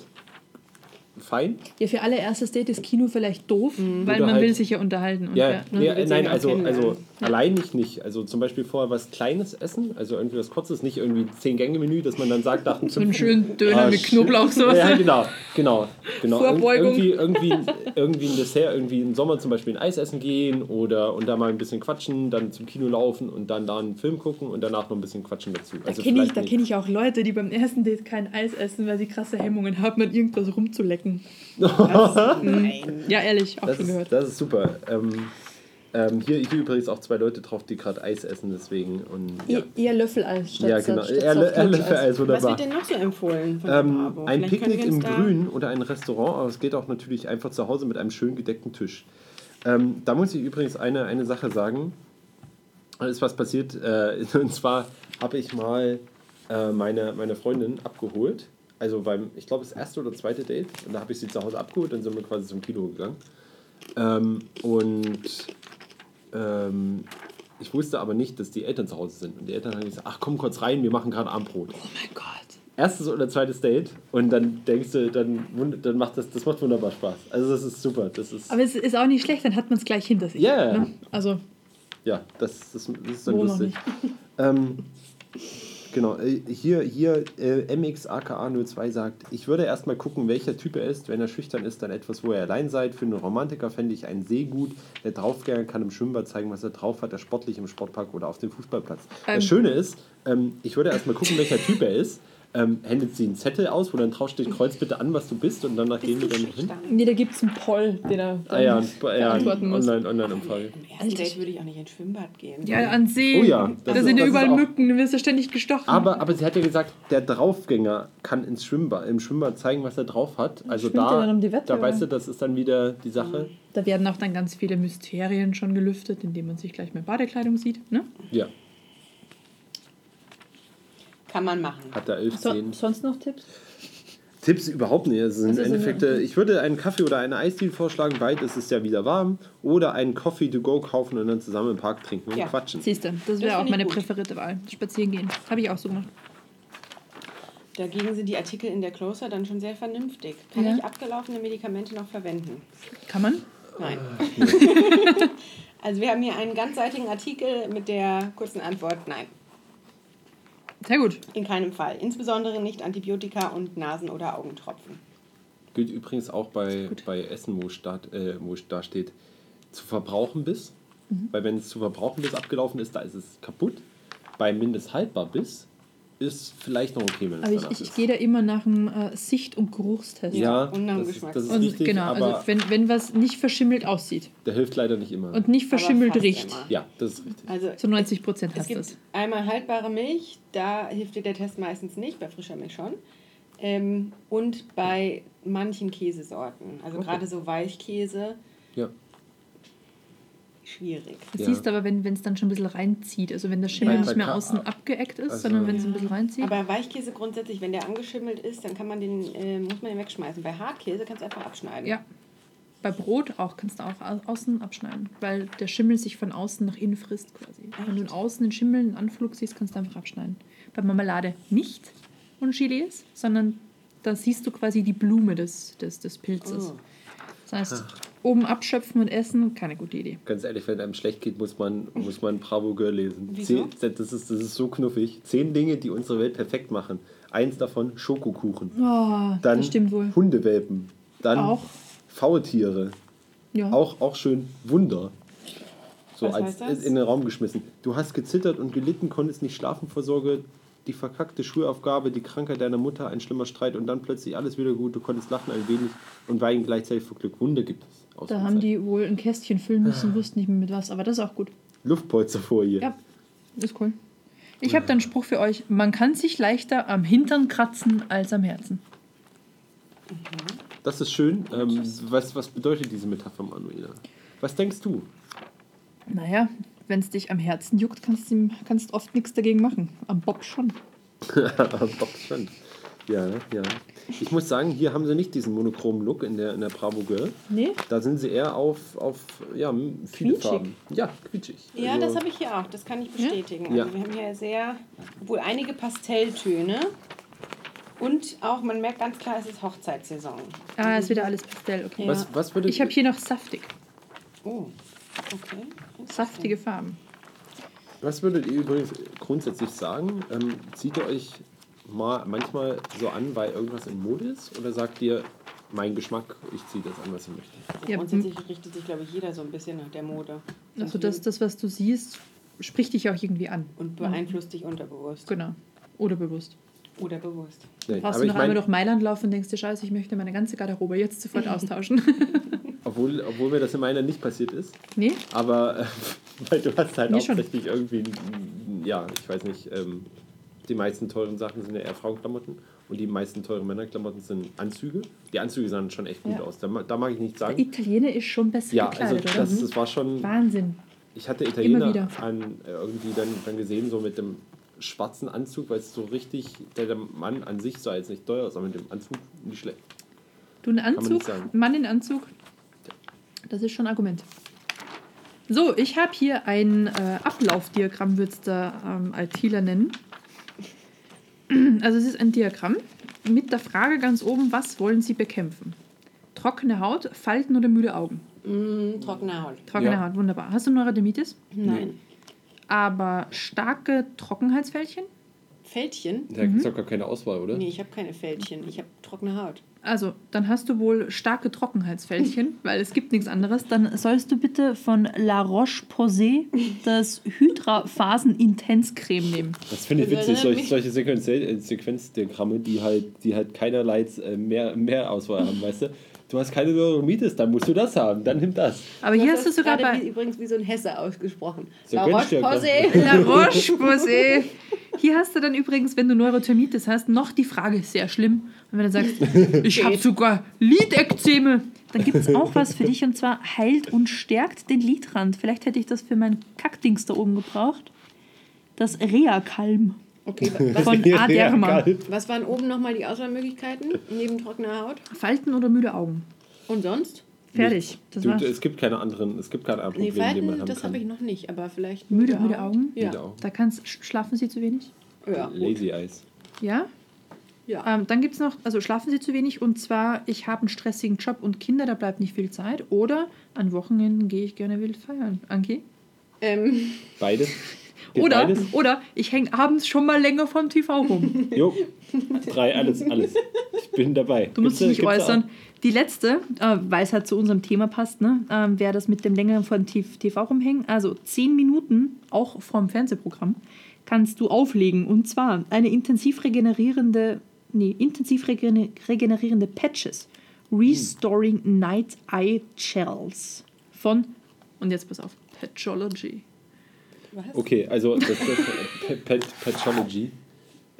fein.
Ja, für alle erstes Date ist Kino vielleicht doof, weil
Oder
man
halt-
will sich ja unterhalten. Und
Ja,
wer- ne?
ja
willst
nein,
ihn ja
also,
auch
also
kennenlernen.
allein nicht nicht. Also zum Beispiel vorher was Kleines essen, also irgendwie was Kurzes, nicht irgendwie zehn Gänge Menü, dass man dann sagt, nach dem
So einen
fünften-
schönen Döner
Ah,
mit
shit.
Knoblauch, sowas.
Ja, genau, genau. genau. Irg-
Vorbeugung.
Irgendwie, irgendwie, irgendwie ein Dessert, irgendwie im Sommer zum Beispiel ein Eis essen gehen oder und da mal ein bisschen quatschen, dann zum Kino laufen und dann da einen Film gucken und danach noch ein bisschen quatschen dazu. Also
da kenne ich,
vielleicht
da
nicht-
kenn ich auch Leute, die beim ersten Date kein Eis essen, weil sie krasse Hemmungen haben, an irgendwas rumzulecken.
Das, nein.
Ja, ehrlich, auch
das
schon gehört.
ist, das ist super. Ähm, ähm, hier, hier übrigens auch zwei Leute drauf, die gerade Eis essen, deswegen. Und, ja.
Eher- Eher Löffeleis statt
Ja, genau.
statt- statt
Er, er,
Klatscheis.
für Eis,
Was
wunderbar.
wird denn noch so empfohlen von der
Ähm,
Bravo?
ein
Vielleicht können
Picknick
wir
im
uns da-
Grün oder ein Restaurant, aber es geht auch natürlich einfach zu Hause mit einem schön gedeckten Tisch. Ähm, da muss ich übrigens eine, eine Sache sagen. Da ist was passiert. Äh, und zwar habe ich mal äh, meine, meine Freundin abgeholt. Also beim, ich glaube, das erste oder zweite Date. Und da habe ich sie zu Hause abgeholt, dann sind wir quasi zum Kino gegangen. Ähm, und ähm, ich wusste aber nicht, dass die Eltern zu Hause sind. Und die Eltern haben gesagt, ach komm kurz rein, wir machen gerade Abendbrot
Oh mein Gott.
erstes oder zweites Date und dann denkst du, dann, wund- dann macht das, das macht wunderbar Spaß. Also das ist super. Das ist
Aber es ist auch nicht schlecht, dann hat man es gleich hinter sich.
Ja.
Ne? Also,
ja, das, das, das ist dann
Warum auch
lustig. Ähm, Genau, äh, hier, hier äh, MX aka 02 sagt, ich würde erstmal gucken, welcher Typ er ist. Wenn er schüchtern ist, dann etwas, wo er allein seid. Für einen Romantiker fände ich einen See gut. Der Draufgänger kann im Schwimmbad zeigen, was er drauf hat, der sportlich im Sportpark oder auf dem Fußballplatz.
Ähm.
Das Schöne ist, ähm, ich würde erstmal gucken, welcher Typ er ist. Ähm, händet sie einen Zettel aus, wo dann drauf steht, kreuz bitte an, was du bist und danach gehen wir dann hin.
Nee, da gibt es einen Poll, den er dann
Ah ja, ein- ja, ein
beantworten muss.
Online- Online-Umfrage.
Im ersten Date würde ich auch nicht ins Schwimmbad gehen.
Ja, an See.
Oh ja,
da
das ist-
sind ja
das ist
überall
auch-
Mücken, du wirst ja ständig gestochen.
aber, aber sie hat ja gesagt, der Draufgänger kann ins Schwimmbad, im Schwimmbad zeigen, was er drauf hat. Also
Schwimmt er
da,
dann um die Wette,
da
oder? Mhm.
weißt du, das ist dann wieder die Sache.
da werden auch dann ganz viele Mysterien schon gelüftet, indem man sich gleich mit Badekleidung sieht. Ne?
Ja,
Kann man machen.
hat er 11,
So,
10.
sonst noch Tipps?
Tipps überhaupt nicht. Es sind
Das ist
im Endeffekt, äh, ich würde einen Kaffee oder einen Eisdiele vorschlagen, bald ist es ja wieder warm. Oder einen Coffee to go kaufen und dann zusammen im Park trinken und
Ja.
quatschen.
Siehst du, das
Das
wäre auch
find ich
meine
gut.
präferierte Wahl. Spazieren gehen. Habe ich auch so gemacht.
Dagegen sind die Artikel in der Closer dann schon sehr vernünftig. Kann
Ja.
ich abgelaufene Medikamente noch verwenden?
Kann man?
Nein. also wir haben hier einen ganzseitigen Artikel mit der kurzen Antwort Nein.
Sehr gut.
In keinem Fall. Insbesondere nicht Antibiotika und Nasen- oder Augentropfen.
Gilt übrigens auch bei,
gut.
bei Essen, wo, statt, äh, wo da steht, zu verbrauchen bis.
Mhm.
Weil wenn es zu verbrauchen bis abgelaufen ist, da ist es kaputt. Bei mindesthaltbar bis ist vielleicht noch okay, wenn es
Aber ich,
danach
ich, ich
ist.
gehe da immer nach einem äh, Sicht- und Geruchstest.
ja,
und nach dem
das ist,
Geschmack.
das ist
Und
richtig,
genau,
aber
also wenn, wenn was nicht verschimmelt aussieht
der hilft leider nicht immer.
und nicht
Aber
verschimmelt
fast
riecht.
immer.
ja, das ist richtig.
Also
Zu 90 Prozent
es
hast du
gibt
es.
einmal haltbare Milch, da hilft dir der Test meistens nicht, bei frischer Milch schon. Ähm, und bei manchen Käsesorten, also
Okay.
gerade so Weichkäse,
Ja.
schwierig.
Das
Ja.
siehst du aber, wenn es dann schon ein bisschen reinzieht. Also wenn der Schimmel
Bei-
nicht
bei
mehr
Ka-
außen abgeeckt ist,
also-
sondern wenn es ein bisschen reinzieht.
Mhm. Aber Weichkäse grundsätzlich, wenn der angeschimmelt ist, dann kann man den, äh, muss man den wegschmeißen. Bei Hartkäse kannst du einfach abschneiden.
ja. Bei Brot auch kannst du auch au- außen abschneiden, weil der Schimmel sich von außen nach innen frisst quasi. Wenn du
Echt?
außen den Schimmel einen Anflug siehst, kannst du einfach abschneiden. Bei Marmelade nicht und Chiles, sondern da siehst du quasi die Blume des, des, des Pilzes.
Oh.
Das heißt, oben abschöpfen und essen, keine gute Idee.
Ganz ehrlich, wenn einem schlecht geht, muss man, muss man Bravo Girl lesen.
Wieso?
Zehn, das, ist, das ist so knuffig. Zehn Dinge, die unsere Welt perfekt machen. Eins davon Schokokuchen.
Oh,
Dann
das stimmt wohl.
Hundewelpen. Dann
Auch.
Faultiere.
Ja.
Auch, auch schön Wunder. So
Was
als
heißt das?
in den Raum geschmissen. Du hast gezittert und gelitten, konntest nicht schlafen vor Sorge. Die verkackte Schulaufgabe, die Krankheit deiner Mutter, ein schlimmer Streit und dann plötzlich alles wieder gut. Du konntest lachen ein wenig und weinen gleichzeitig vor Glück. Wunder gibt es.
Da haben die wohl ein Kästchen füllen
Ah.
müssen, wussten nicht mehr mit was, aber das ist auch gut.
Luftpolsterfolie.
Ja, ist cool. Ich habe dann einen Spruch für euch. Man kann sich leichter am Hintern kratzen als am Herzen.
Das ist schön. Ähm, was, was bedeutet diese Metapher, Manuela? Was denkst du?
Naja, wenn es dich am Herzen juckt, kannst du kannst oft nichts dagegen machen. Am Bob schon.
Bob schon. Ja, ja. Ich muss sagen, hier haben sie nicht diesen monochromen Look in der, in der Bravo Girl.
Nee?
Da sind sie eher auf, auf ja, m- viele
Quietschig.
Farben. Ja, quietschig.
Ja,
Also,
das habe ich hier auch. Das kann ich bestätigen.
Ja.
Also wir haben hier sehr, obwohl einige Pastelltöne und auch, man merkt ganz klar, es ist Hochzeitssaison.
Ah, ist wieder alles Pastell, okay.
Ja.
Was, was würde
Ich habe hier noch saftig.
Oh, okay.
Saftige Farben.
Was würdet ihr übrigens grundsätzlich sagen? Ähm, zieht ihr euch mal manchmal so an, weil irgendwas in Mode ist? Oder sagt ihr, mein Geschmack, ich ziehe das an, was ich möchte?
Ja,
Also Grundsätzlich richtet sich, glaube ich, jeder so ein bisschen nach der Mode.
Also das, das, was du siehst, spricht dich auch irgendwie an.
Und beeinflusst dich unterbewusst
Genau. Oder bewusst.
oder bewusst.
Nein,
Brauchst
aber
du
ich
noch einmal
meine,
durch Mailand laufen und denkst dir, scheiße, ich möchte meine ganze Garderobe jetzt sofort austauschen.
obwohl, obwohl mir das in meiner nicht passiert ist,
nee?
Aber äh, weil du hast halt
Mir schon.
hauptsächlich irgendwie, mm, ja, ich weiß nicht, ähm, die meisten teuren Sachen sind ja eher Frauenklamotten und die meisten teuren Männerklamotten sind Anzüge. Die Anzüge sahen schon echt gut
Ja.
aus, da, ma- da mag ich nichts
Der
sagen.
Italiener ist schon besser
Ja, also
gekleidet,
das,
oder? Mhm.
das war schon,
Wahnsinn.
ich hatte Italiener
wieder.
an, äh, irgendwie dann, dann gesehen, so mit dem schwarzen Anzug, weil es so richtig, der, der Mann an sich sah jetzt nicht teuer aus, aber mit dem Anzug nicht schlecht.
Du, ein
man
Anzug,
nicht sagen.
Mann in Anzug, das ist schon ein Argument. So, ich habe hier ein äh, Ablaufdiagramm, würde es der ähm, Althiler nennen. Also es ist ein Diagramm mit der Frage ganz oben, was wollen Sie bekämpfen? Trockene Haut, Falten oder müde Augen?
Mm, trockene Haut.
Trockene
Ja.
Haut, wunderbar. Hast du Neurodermitis?
Nein.
Aber starke Trockenheitsfältchen?
Fältchen.
Da
Mhm.
gibt es doch gar keine Auswahl, oder?
Nee, ich habe keine Fältchen. Ich habe trockene Haut.
Also, dann hast du wohl starke Trockenheitsfältchen, weil es gibt nichts anderes.
Dann sollst du bitte von La Roche-Posay das Hydra-Phasen-Intens-Creme nehmen.
Das finde ich
Also, Das
witzig,
erinnert
solche,
mich-
solche Sequenziell- äh, Sequenzdiagramme, die halt, die halt keinerlei äh, mehr, mehr Auswahl haben, weißt du? Du hast keine Neuromitis, dann musst du das haben, dann nimm das.
Aber hier hast du es
das
sogar
gerade wie,
bei
übrigens wie so ein Hesse ausgesprochen.
So
La
könnte ich ja
Roche-Posay.
La Roche-Posay. Hier hast du dann übrigens, wenn du Neurothermitis hast, noch die Frage, sehr schlimm. Und wenn du sagst, ich habe sogar Lidekzeme.
Dann gibt es auch was für dich und zwar heilt und stärkt den Lidrand. Vielleicht hätte ich das für meinen Kackdings da oben gebraucht. Das Rea-Kalm
Okay, wa- was,
von Aderma.
geil.
was waren oben nochmal die Auswahlmöglichkeiten neben trockener Haut?
Falten oder müde Augen.
Und sonst?
Fertig. Das
du,
war's.
es gibt keine anderen, es gibt kein anderes
Nee,
Problem, den man
Falten,
haben
das
kann.
habe ich noch nicht, aber vielleicht.
Müde, müde Augen?
Wieder
Ja.
auch.
Da kannst, sch- schlafen sie zu wenig?
Ja.
Lazy Eyes.
Ja?
ja.
Ähm, dann gibt es noch, also schlafen sie zu wenig und zwar, ich habe einen stressigen Job und Kinder, da bleibt nicht viel Zeit. Oder an Wochenenden gehe ich gerne wild feiern. Anki?
Ähm,
Beides. Geht
Oder,
Beides?
oder ich hänge abends schon mal länger vom TV rum.
Jo. Drei, alles, alles. Ich bin dabei.
Du musst dich nicht äußern. Die letzte, äh, weil es halt zu unserem Thema passt, ne? ähm, wäre das mit dem längeren vom TV rumhängen. Also zehn Minuten, auch vom Fernsehprogramm, kannst du auflegen. Und zwar eine intensiv regenerierende, nee, intensiv regener regenerierende Patches. Restoring Night Eye Gels von, und jetzt pass auf, Patchology.
Okay, also das ist äh, Pat- Pat- Pathology.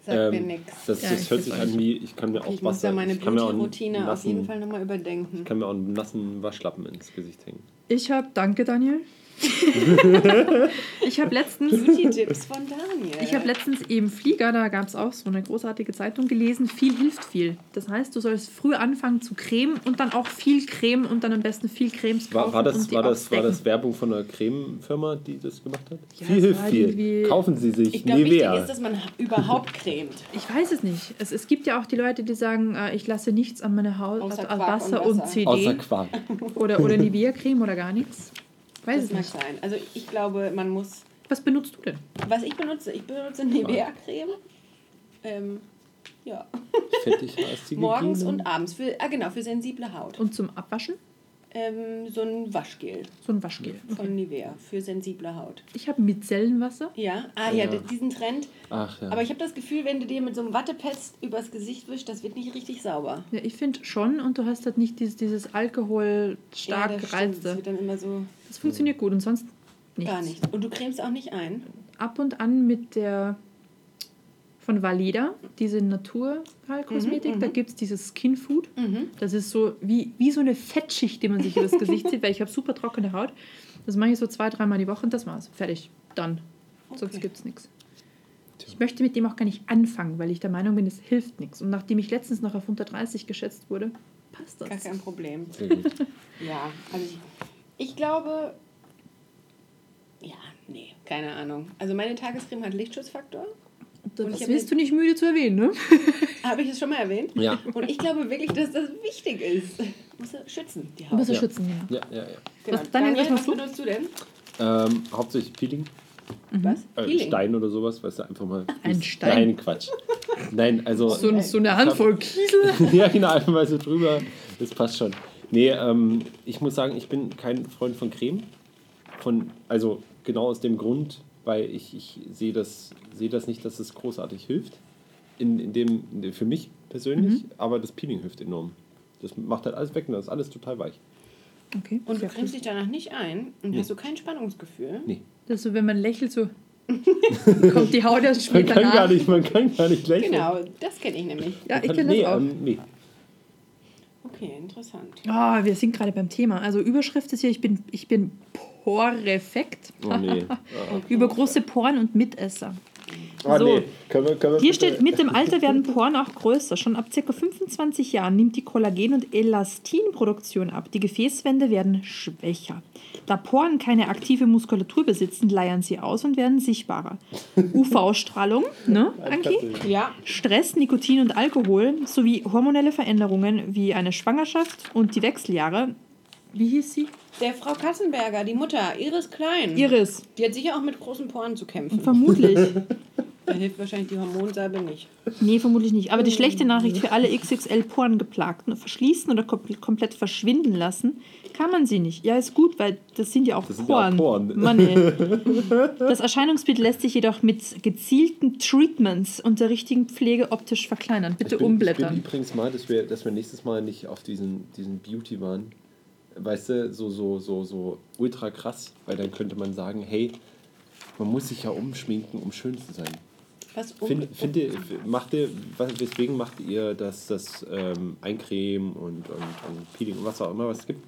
sagt mir
Ähm,
nix.
Das,
Ja,
das
ich
hört
weiß
sich
auch
an wie, ich kann mir auch
Ich muss
Wasser...
da meine
ich kann mir auch einen
Beauty-Routine auf
nassen-
jeden Fall nochmal überdenken.
Ich kann mir auch einen nassen Waschlappen ins Gesicht hängen.
Ich habe, danke Daniel. ich habe letztens
Beauty-Tipps von Daniel.
Ich habe letztens eben Flieger, da gab es auch so eine großartige Zeitung gelesen, viel hilft viel. Das heißt, du sollst früh anfangen zu cremen und dann auch viel Creme und dann am besten viel Cremes
War,
kaufen
war,
und
das,
die
war, das, war
aufdecken.
das Werbung von einer Cremefirma, die das gemacht hat?
Ja,
viel
es
hilft
war
viel.
irgendwie-
Kaufen Sie sich
Ich glaube, wichtig
Nivea.
ist, dass man ha- überhaupt cremt.
Ich weiß es nicht. Es, es gibt ja auch die Leute, die sagen, äh, ich lasse nichts an meine Haut,
Außer
also an
Quark
Wasser
und
und,
Wasser.
Außer
CD
Quark.
oder, oder Nivea-Creme oder gar nichts. Weiß
Das
es
mag
nicht.
sein. Also ich glaube, man muss.
Was benutzt du denn?
Was ich benutze, ich benutze Nivea-Creme. Ähm, ja.
Fettig eistige
Morgens
Gel.
und abends. Für, ah, genau, für sensible Haut.
Und zum Abwaschen?
Ähm, so ein Waschgel
So ein Waschgel.
von Nivea für sensible Haut.
Ich habe Micellenwasser.
Ja, ah ja,
Ja.
d- diesen Trend.
Ach ja.
Aber ich habe das Gefühl, wenn du dir mit so einem Wattepest übers Gesicht wischst, das wird nicht richtig sauber.
Ja, ich finde schon und du hast halt nicht dieses, dieses Alkohol stark
ja, das stimmt. Das
gereizte.
wird dann immer so
Das funktioniert gut und sonst nichts.
gar nicht. Und du cremst auch nicht ein.
Ab und an mit der von Valeda, diese
Mhm,
Naturkosmetik, da gibt es dieses Skin Food. Das ist so wie, wie so eine Fettschicht, die man sich über das Gesicht zieht, weil ich habe super trockene Haut. Das mache ich so zwei, dreimal die Woche und das war's. Fertig. Dann. Sonst
Okay.
gibt es nichts. Ich möchte mit dem auch gar nicht anfangen, weil ich der Meinung bin, es hilft nichts. Und nachdem ich letztens noch auf unter 30 geschätzt wurde, passt das.
Gar kein Problem.
Sehr gut.
Ja, also ich, ich glaube. Ja, nee, keine Ahnung. Also meine Tagescreme hat Lichtschutzfaktor.
Das,
Und ich hab
wirst
mir-
du nicht müde zu erwähnen, ne?
Habe ich es schon mal erwähnt?
Ja.
Und ich glaube wirklich, dass das wichtig ist. Muss er schützen, die
Du musst
Haut.
ja
Ja.
schützen, ja.
Ja, ja, ja.
Genau.
Was- Daniel, was machst du?
benutzt du denn?
Ähm, hauptsächlich Peeling,
Mhm.
Was?
äh,
Peeling.
Stein oder sowas, weißt du, einfach mal.
Ein Stein?
Nein, Quatsch. Nein, also.
So, so eine Handvoll Kiesel.
ja, genau, einfach mal so drüber. Das passt schon. Nee, ähm, ich muss sagen, ich bin kein Freund von Creme. Von, also genau aus dem Grund, weil ich, ich sehe das, sehe das nicht, dass es großartig hilft. In, in dem, in dem- für mich persönlich, aber das Peeling hilft enorm. Das macht halt alles weg und das ist alles total weich.
Okay.
Und du
sehr cool.
cremst dich danach nicht ein und hast du kein Spannungsgefühl.
Nee.
Das
Also
ist so, wenn man lächelt, so kommt die Haut erst
Man
später
kann,
nach.
gar nicht, man kann gar nicht lächeln.
Genau, das kenne ich nämlich.
Ja, ich
Man kann-
kenne
nee,
das auch.
ähm, nee.
Okay, interessant.
Ah, wir sind gerade beim Thema. Also Überschrift ist hier, ich bin, ich bin porefekt.
Oh nee. Ah.
über große Poren und Mitesser.
Ah,
So.
nee. Können wir, können wir
Hier
bitte-
steht, mit dem Alter werden Poren auch größer. Schon ab ca. 25 Jahren nimmt die Kollagen- und Elastinproduktion ab. Die Gefäßwände werden schwächer. Da Poren keine aktive Muskulatur besitzen, leiern sie aus und werden sichtbarer. UV-Strahlung, ne, Anki?
Ja,
Stress, Nikotin und Alkohol sowie hormonelle Veränderungen wie eine Schwangerschaft und die Wechseljahre. Wie hieß sie?
der Frau Kassenberger, die Mutter, Iris Klein.
Iris.
Die hat sicher auch mit großen Poren zu kämpfen.
Vermutlich.
Da hilft wahrscheinlich die Hormonsalbe nicht.
Nee, vermutlich nicht. Aber die schlechte Nachricht für alle XXL-Porn-Geplagten, verschließen oder kom komplett verschwinden lassen, kann man sie nicht. Ja, ist gut, weil das sind ja auch
Das sind ja auch
Porn.
Porn.
Mann, ey. Das Erscheinungsbild lässt sich jedoch mit gezielten Treatments und der richtigen Pflege optisch verkleinern. Bitte
Ich bin, Ich
umblättern.
bin übrigens mal, dass wir, dass wir nächstes Mal nicht auf diesen, diesen Beauty waren. Weißt du, so, so, so, so ultra krass, weil dann könnte man sagen, hey, man muss sich ja umschminken, um schön zu sein.
Was um-
Find, find ihr, macht ihr, was- weswegen macht ihr das, das ähm, Eincremen und, und, und Peeling und was auch immer, was es gibt,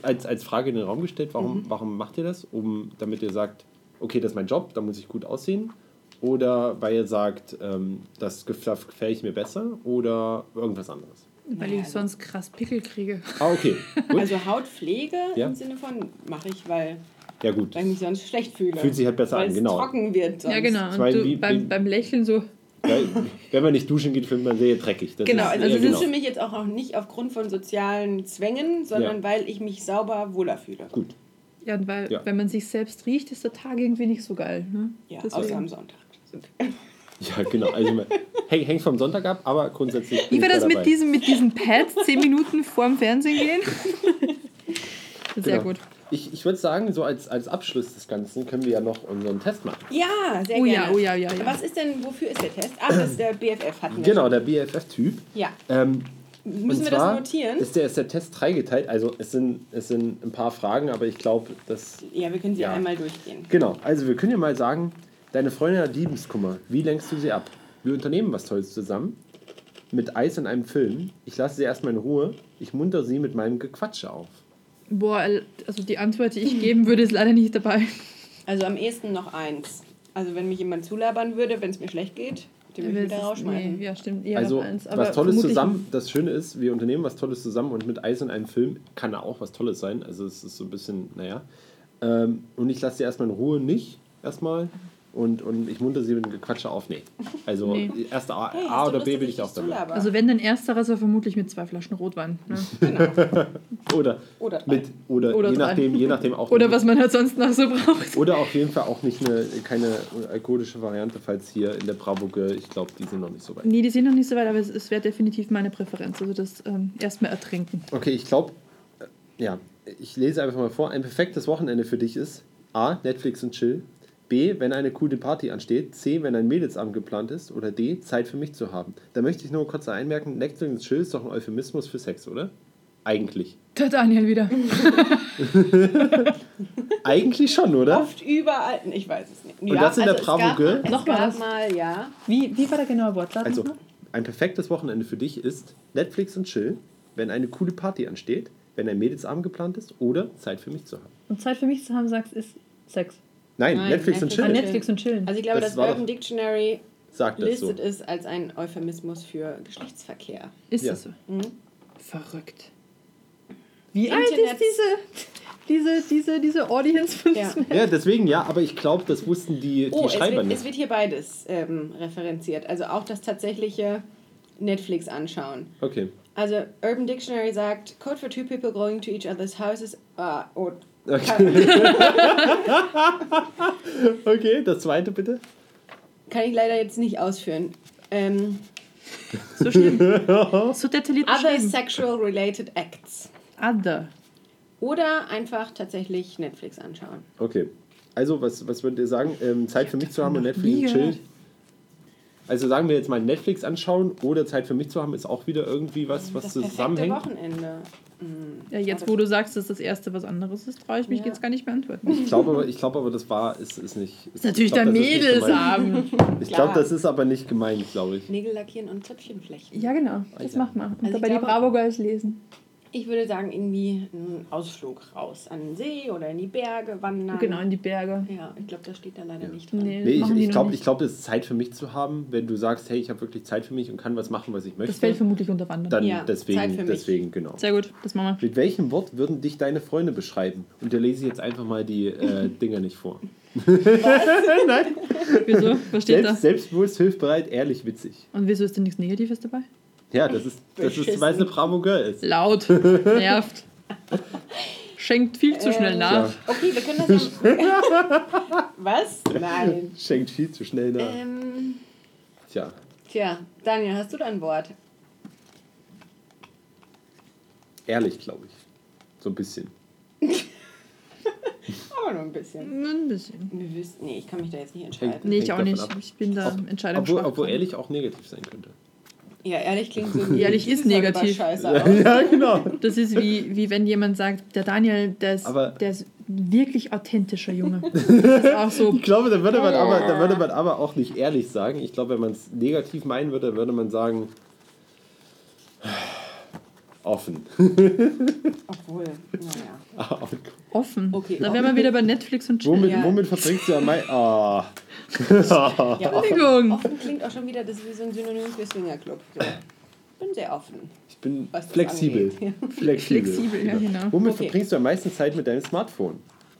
als, als Frage in den Raum gestellt, warum,
Mhm.
warum macht ihr das? Um, damit ihr sagt, okay, das ist mein Job, da muss ich gut aussehen. Oder weil ihr sagt, ähm, das gef- das gefällt ich mir besser oder irgendwas anderes.
Weil
Naja,
ich sonst krass Pickel kriege.
Ah, okay. Gut.
Also Hautpflege
Ja.
im Sinne von mache ich, weil,
ja, gut.
weil ich mich sonst schlecht fühle.
Fühlt sich halt besser
weil
an,
es
genau.
trocken wird sonst.
Ja, genau. Und
Zwei
du,
Lieb-
beim, beim Lächeln so.
Weil, wenn man nicht duschen geht, findet man sehr dreckig. Das
Genau,
ist,
also
ja,
ich
das ist
dusche
genau.
mich jetzt auch, auch nicht aufgrund von sozialen Zwängen, sondern
Ja.
weil ich mich sauber wohler fühle.
Gut.
Ja, und weil,
Ja.
wenn man sich selbst riecht, ist der Tag irgendwie nicht so geil. Ne?
Ja, außer
Deswegen.
am Sonntag.
Ja, genau. Also, man- häng- hängt vom Sonntag ab, aber grundsätzlich. bin
Wie war
ich da
das mit
dabei.
diesen, mit diesen Pads? Zehn Minuten vorm Fernsehen gehen? Sehr
Genau.
gut.
Ich, ich würde sagen, so als, als Abschluss des Ganzen können wir ja noch unseren Test machen.
Ja, sehr
Oh ja,
gerne.
oh ja, ja, ja.
Was ist denn, wofür ist der Test? Ach, das ist der BFF hatten wir
Genau,
schon.
der BFF-Typ.
Ja.
Ähm,
Müssen
und
wir
zwar
das notieren?
Ist der, ist der Test dreigeteilt? Also es sind, es sind ein paar Fragen, aber ich glaube, das...
Ja, wir können sie
Ja.
einmal durchgehen.
Genau, also wir können ja mal sagen, deine Freundin hat Liebeskummer. Wie lenkst du sie ab? Wir unternehmen was Tolles zusammen. Mit Eis in einem Film. Ich lasse sie erstmal in Ruhe. Ich munter sie mit meinem Gequatsche auf.
Boah, also die Antwort, die ich geben würde, ist leider nicht dabei.
Also am ehesten noch eins. Also wenn mich jemand zulabern würde, wenn es mir schlecht geht, den würde ich wieder rausschmeißen.
Nee, ja, stimmt. Eher
also
noch eins, aber
was Tolles
vermutlich-
zusammen. Das Schöne ist, wir unternehmen was Tolles zusammen und mit Eis in einem Film kann da auch was Tolles sein. Also es ist so ein bisschen, naja. Ähm, und ich lasse sie erstmal in Ruhe nicht, erstmal. Und, und ich munter sie mit dem Gequatsche auf. Nee. Also
Nee.
erst A,
Hey, hast
A
du
oder
Lust,
B
dass
bin ich
dich
auch dabei.
zulaber?
Also wenn, dann ersteres aber vermutlich mit zwei Flaschen Rotwein. Ne?
Oder,
Oder drei.
mit, oder,
Oder
je,
drei.
nachdem, je nachdem auch.
Oder was man halt sonst noch so braucht.
Oder auf jeden Fall auch nicht eine, keine alkoholische Variante, falls hier in der Brabucke, ich glaube, die sind noch nicht so weit.
Nee, die sind noch nicht so weit, aber es, es wäre definitiv meine Präferenz. Also das ähm, erstmal ertrinken.
Okay, ich glaube, ja, ich lese einfach mal vor. Ein perfektes Wochenende für dich ist A, Netflix und Chill. B, wenn eine coole Party ansteht. C, wenn ein Mädelsabend geplant ist. Oder D, Zeit für mich zu haben. Da möchte ich nur kurz einmerken, Netflix und Chill ist doch ein Euphemismus für Sex, oder? Eigentlich.
Der Daniel wieder.
Eigentlich schon, oder?
Oft überall, ich weiß es nicht.
Und das in der Bravo, gell?
Es gab, es
Noch
gab
was?
mal, ja.
Wie, wie war der genaue Wortlaut?
Also,
nochmal?
ein perfektes Wochenende für dich ist Netflix und Chill, wenn eine coole Party ansteht, wenn ein Mädelsabend geplant ist oder Zeit für mich zu haben.
Und Zeit für mich zu haben, sagst, ist Sex.
Nein,
Nein, Netflix
Netflix,
An
und
und
Chill
Chill.
Netflix und chillen.
Also ich glaube,
Das
das,
war
Urban
doch-
Dictionary
sagt das so.
listet es als ein Euphemismus für Geschlechtsverkehr.
ist
ja.
das so?
Mhm.
Verrückt. Wie alt Ah,
Internet-
ist diese, diese, diese, diese Audience von
Ja.
diesem-
Ja, deswegen ja, aber ich glaube, das wussten die, die
Oh, es
Schreiber
wird, es
nicht.
wird hier beides ähm, referenziert. Also auch das tatsächliche Netflix anschauen.
Okay.
Also Urban Dictionary sagt, code for two people going to each other's houses uh, or
Okay. okay, das zweite bitte.
Kann ich leider jetzt nicht ausführen. Ähm,
So schlimm. so detailliert
other
beschrieben.
sexual related acts.
Other.
Oder einfach tatsächlich Netflix anschauen.
Okay. Also, was, was würdet ihr sagen? Ähm, Zeit für mich zu haben und Netflix
nie
und
gehört.
Chill. Also sagen wir jetzt mal Netflix anschauen oder Zeit für mich zu haben, ist auch wieder irgendwie was, was
das perfekte
zusammenhängt.
Wochenende. Mhm.
Ja, jetzt, wo du sagst, dass das erste was anderes ist, traue ich mich
Ja.
jetzt gar nicht mehr antworten.
Ich glaube aber, ich glaube aber, das war, ist, ist nicht. Ist,
Natürlich der Mädelsabend.
Ich glaube,
Klar.
das ist aber nicht gemeint, glaube ich.
Nägel lackieren und Zöpfchen flechten.
Ja, genau. Das
Alter.
mach mal. Und
Also ich
dabei die
glaube-
Bravo Girls lesen.
Ich würde sagen, irgendwie einen Ausflug raus an den See oder in die Berge wandern.
Genau, in die Berge.
Ja, ich glaube, das steht da leider
Ja.
nicht dran.
Nee.
Nee, ich,
machen die
ich
noch
glaube,
nicht.
ich glaub, es ist Zeit für mich zu haben, wenn du sagst, hey, ich habe wirklich Zeit für mich und kann was machen, was ich
Das fällt
möchte.
vermutlich unter Wandern.
Dann
Ja, Zeit für
deswegen,
mich.
deswegen, genau.
Sehr gut, das machen wir.
Mit welchem Wort würden dich deine Freunde beschreiben? Und da lese ich jetzt einfach mal die äh, Dinger nicht vor.
Wieso? Was steht da?
Selbst, selbstbewusst, hilfbereit, ehrlich, witzig.
Und wieso ist denn nichts Negatives dabei?
Ja, das ist, das ist
Beschissen.
weil es eine Bravo Girl ist.
Laut. Nervt. Schenkt viel zu schnell
Ähm,
nach.
Okay, wir können das ja. Was? Nein.
Schenkt viel zu schnell nach.
Ähm,
Tja,
tja, Daniel, hast du da ein Wort?
ehrlich, glaube ich. So ein bisschen.
Aber nur ein bisschen.
Ein bisschen.
Wir wissen, nee, ich kann mich da jetzt nicht entscheiden.
Hängt-
Nee, ich
hängt
auch
davon
nicht.
ab.
Ich bin da Entscheidungsschwach
obwohl, obwohl
dran.
ehrlich auch negativ sein könnte.
Ja, ehrlich klingt so.
Ehrlich ist
sieht voll
negativ.
über Scheiße aus.
ja, genau.
Das ist wie, wie wenn jemand sagt, der Daniel, der ist,
Aber-
der ist ein wirklich authentischer Junge. Das ist auch so.
Ich glaube, da würde, man aber, da würde man aber auch nicht ehrlich sagen. Ich glaube, wenn man es negativ meinen würde, würde man sagen, offen.
Obwohl, naja.
Offen.
Okay.
Da wären wir wieder bei Netflix und Chill.
womit,
Ja.
womit verbringst du am meisten... Ah.
Ja,
Entschuldigung.
Offen klingt auch schon wieder, das ist wie so ein Synonym für Swingerclub. So. Bin sehr offen.
ich bin
Was das
flexibel.
angeht.
flexibel.
Flexibel, ja, genau.
Womit
Okay.
verbringst du am meisten Zeit mit deinem Smartphone?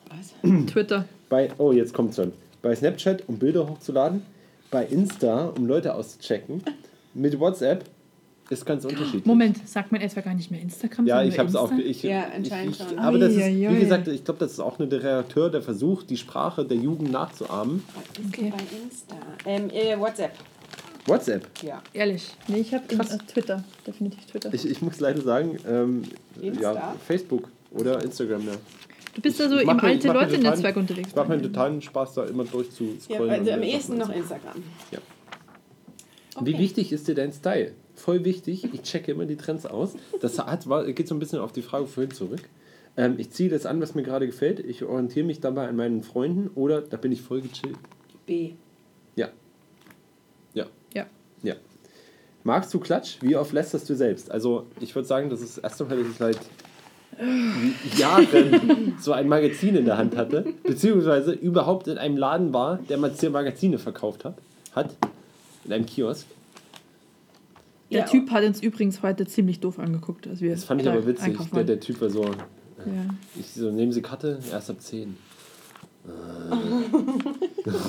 Was?
Um.
Twitter.
Bei, oh, jetzt kommt's schon. Bei Snapchat, um Bilder hochzuladen. Bei Insta, um Leute auszuchecken. Mit WhatsApp ist ganz unterschiedlich.
Moment, sagt man erst mal gar nicht mehr Instagram?
Ja,
sondern
ich
nur
habe es auch.
Insta?
Ich,
Ja,
ich-
anscheinend
ich,
schon.
Aber das ist,
Uiuiui.
wie gesagt, ich glaube, das ist auch nur der Redakteur, der versucht, die Sprache der Jugend nachzuahmen.
Was ist
Okay.
okay. bei Insta? Ähm, äh, WhatsApp.
WhatsApp.
Ja.
Ehrlich. Nee, ich habe
Krass.
Twitter. Definitiv Twitter.
Ich, ich muss leider sagen, ähm,
Insta?
ja, Facebook oder Instagram. Ja.
du bist also
ich
im
mach mir- ich
alte
mach mir
Leute-Netzwerk
totalen-
unterwegs.
Es macht mir totalen Spaß, da immer
ja
durchzuscrollen.
also
und
am
mir
ehesten noch
Sachen
Instagram.
Ja. Wie
Okay.
wichtig ist dir dein Style? Voll wichtig. Ich checke immer die Trends aus. Das hat, war- geht so ein bisschen auf die Frage vorhin zurück. Ähm, ich ziehe das an, was mir gerade gefällt. Ich orientiere mich dabei an meinen Freunden oder da bin ich voll gechillt.
B.
Ja. Ja.
Ja.
Ja. Magst du Klatsch? Wie oft lästerst du selbst? Also, ich würde sagen, das ist erst einmal, dass ich seit Jahren so ein Magazin in der Hand hatte, beziehungsweise überhaupt in einem Laden war, der mal zehn Magazine verkauft hat. Hat. In einem Kiosk.
Der
Ja.
Typ hat uns übrigens heute ziemlich doof angeguckt, als wir
Das fand ich
da
aber witzig.
einkaufen
Der,
waren.
der Typ war so,
ja.
ich so, nehmen Sie Karte, erst ab 10.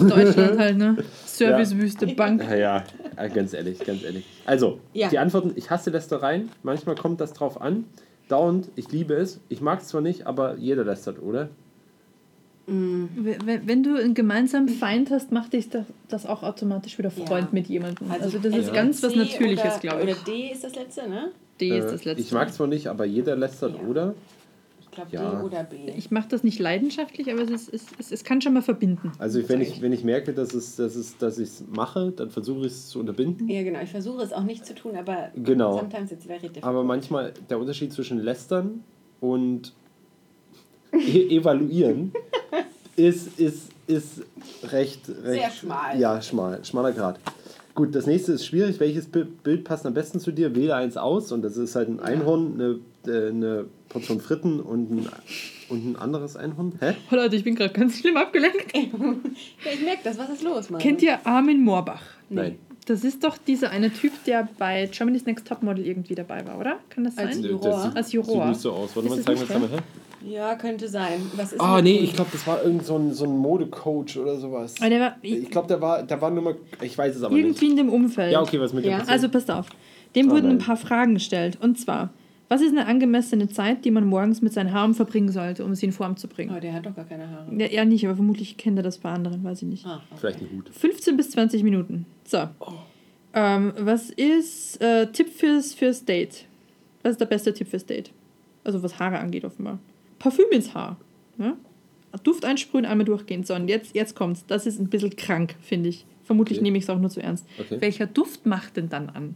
Deutschland halt, ne? Servicewüste, Bank.
Ja, ja, Ah, ganz ehrlich, ganz ehrlich. Also,
Ja.
die Antworten, ich hasse Lästereien, manchmal kommt das drauf an. Dauernd, ich liebe es. Ich mag es zwar nicht, aber jeder lästert, oder?
W- Wenn wenn du einen gemeinsamen Feind hast, macht dich das, das auch automatisch wieder Freund
Ja.
mit jemandem. Also, das ist
entweder
ganz was
C
Natürliches,
oder-
glaube ich.
Oder D ist das letzte, ne?
D ist
Äh,
das letzte.
Ich mag es zwar nicht, aber jeder lästert,
Ja.
oder?
Ich glaube
Ja.
D oder B.
Ich mache das nicht leidenschaftlich, aber es, ist, es, es, es kann schon mal verbinden.
Also, wenn
Sag
ich, wenn ich merke, dass es, dass es, dass ich es mache, dann versuche ich es zu unterbinden.
ja, genau. Ich versuche es auch nicht zu tun, aber
Genau.
sometimes it's very difficult.
Aber manchmal der Unterschied zwischen lästern und e evaluieren ist, ist, ist recht, recht.
schmal.
Ja, schmal. Schmaler Grad. Gut, das nächste ist schwierig. Welches Bi- Bild passt am besten zu dir? Wähle eins aus und das ist halt ein Einhorn, eine, äh, eine Portion Fritten und ein, und ein anderes Einhorn. Hä?
Oh Leute, ich bin gerade ganz schlimm abgelenkt.
ja, ich merke das. Was ist los, Mann?
Kennt ihr Armin Moorbach?
Nein.
Das ist doch dieser eine Typ, der bei Germany's Next Topmodel irgendwie dabei war, oder? Kann das
Als
sein?
Nö.
Nö,
Juror.
sieht-
Als Juror.
Sieht nicht so aus. Warte
Ist
mal,
das
zeig mal,
nicht
zeig mal. Hä?
Ja, könnte sein. Was ist
Ah,
mit
nee,
dem?
ich glaube, das war irgend so ein, so ein Modecoach oder sowas.
Aber der war
Ich glaube, der war, der war nur mal. Ich weiß es aber nicht.
irgendwie in dem Umfeld.
Ja, okay, was mit
Ja.
dem passiert?
Also passt auf. Dem
Ah,
wurden ein
nein.
paar Fragen gestellt. Und zwar, was ist eine angemessene Zeit, die man morgens mit seinen Haaren verbringen sollte, um sie in Form zu
Oh,
bringen?
der hat doch gar keine Haare.
Ja, er nicht, aber vermutlich kennt er das bei anderen, weiß ich nicht.
Ah, okay.
Vielleicht ein Hut.
15 bis 20 Minuten. So. Ähm, was ist äh, Tipp fürs, fürs Date? Was ist der beste Tipp fürs Date? Also was Haare angeht, offenbar. Parfüm ins Haar. Ja? Duft einsprühen, einmal durchgehen. So, und jetzt, jetzt kommt's. Das ist ein bisschen krank, finde ich. Vermutlich
Okay.
nehme ich es auch nur zu ernst.
Okay.
Welcher Duft macht denn dann an?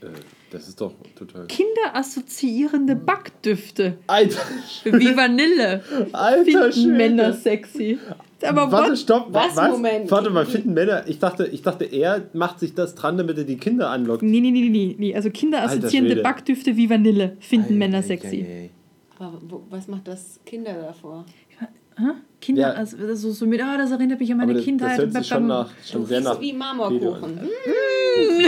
Äh, das ist doch total.
Kinder assoziierende Backdüfte
Alter,
wie Vanille
alter
finden Männer
Schwede.
sexy. Aber
Warte,
what?
stopp.
Was?
Was?
Moment.
Warte mal, finden Männer. Ich dachte, ich dachte, er macht sich das dran, damit er die Kinder anlockt.
Nee, nee, nee, nee, nee. Also Kinder
Alter
assoziierende
Schwede.
Backdüfte wie Vanille finden Männer
Ei, ei,
sexy.
ei, ei.
Aber wo, was macht das Kinder davor?
Hä? Kinder,
Ja.
also also so mit, ah, das erinnert mich an
Aber
meine
das,
Kindheit.
das hört sich schon, nach,
Du
schon sehr
riechst
nach. also.
wie
Pedo an.
Marmorkuchen. Hm?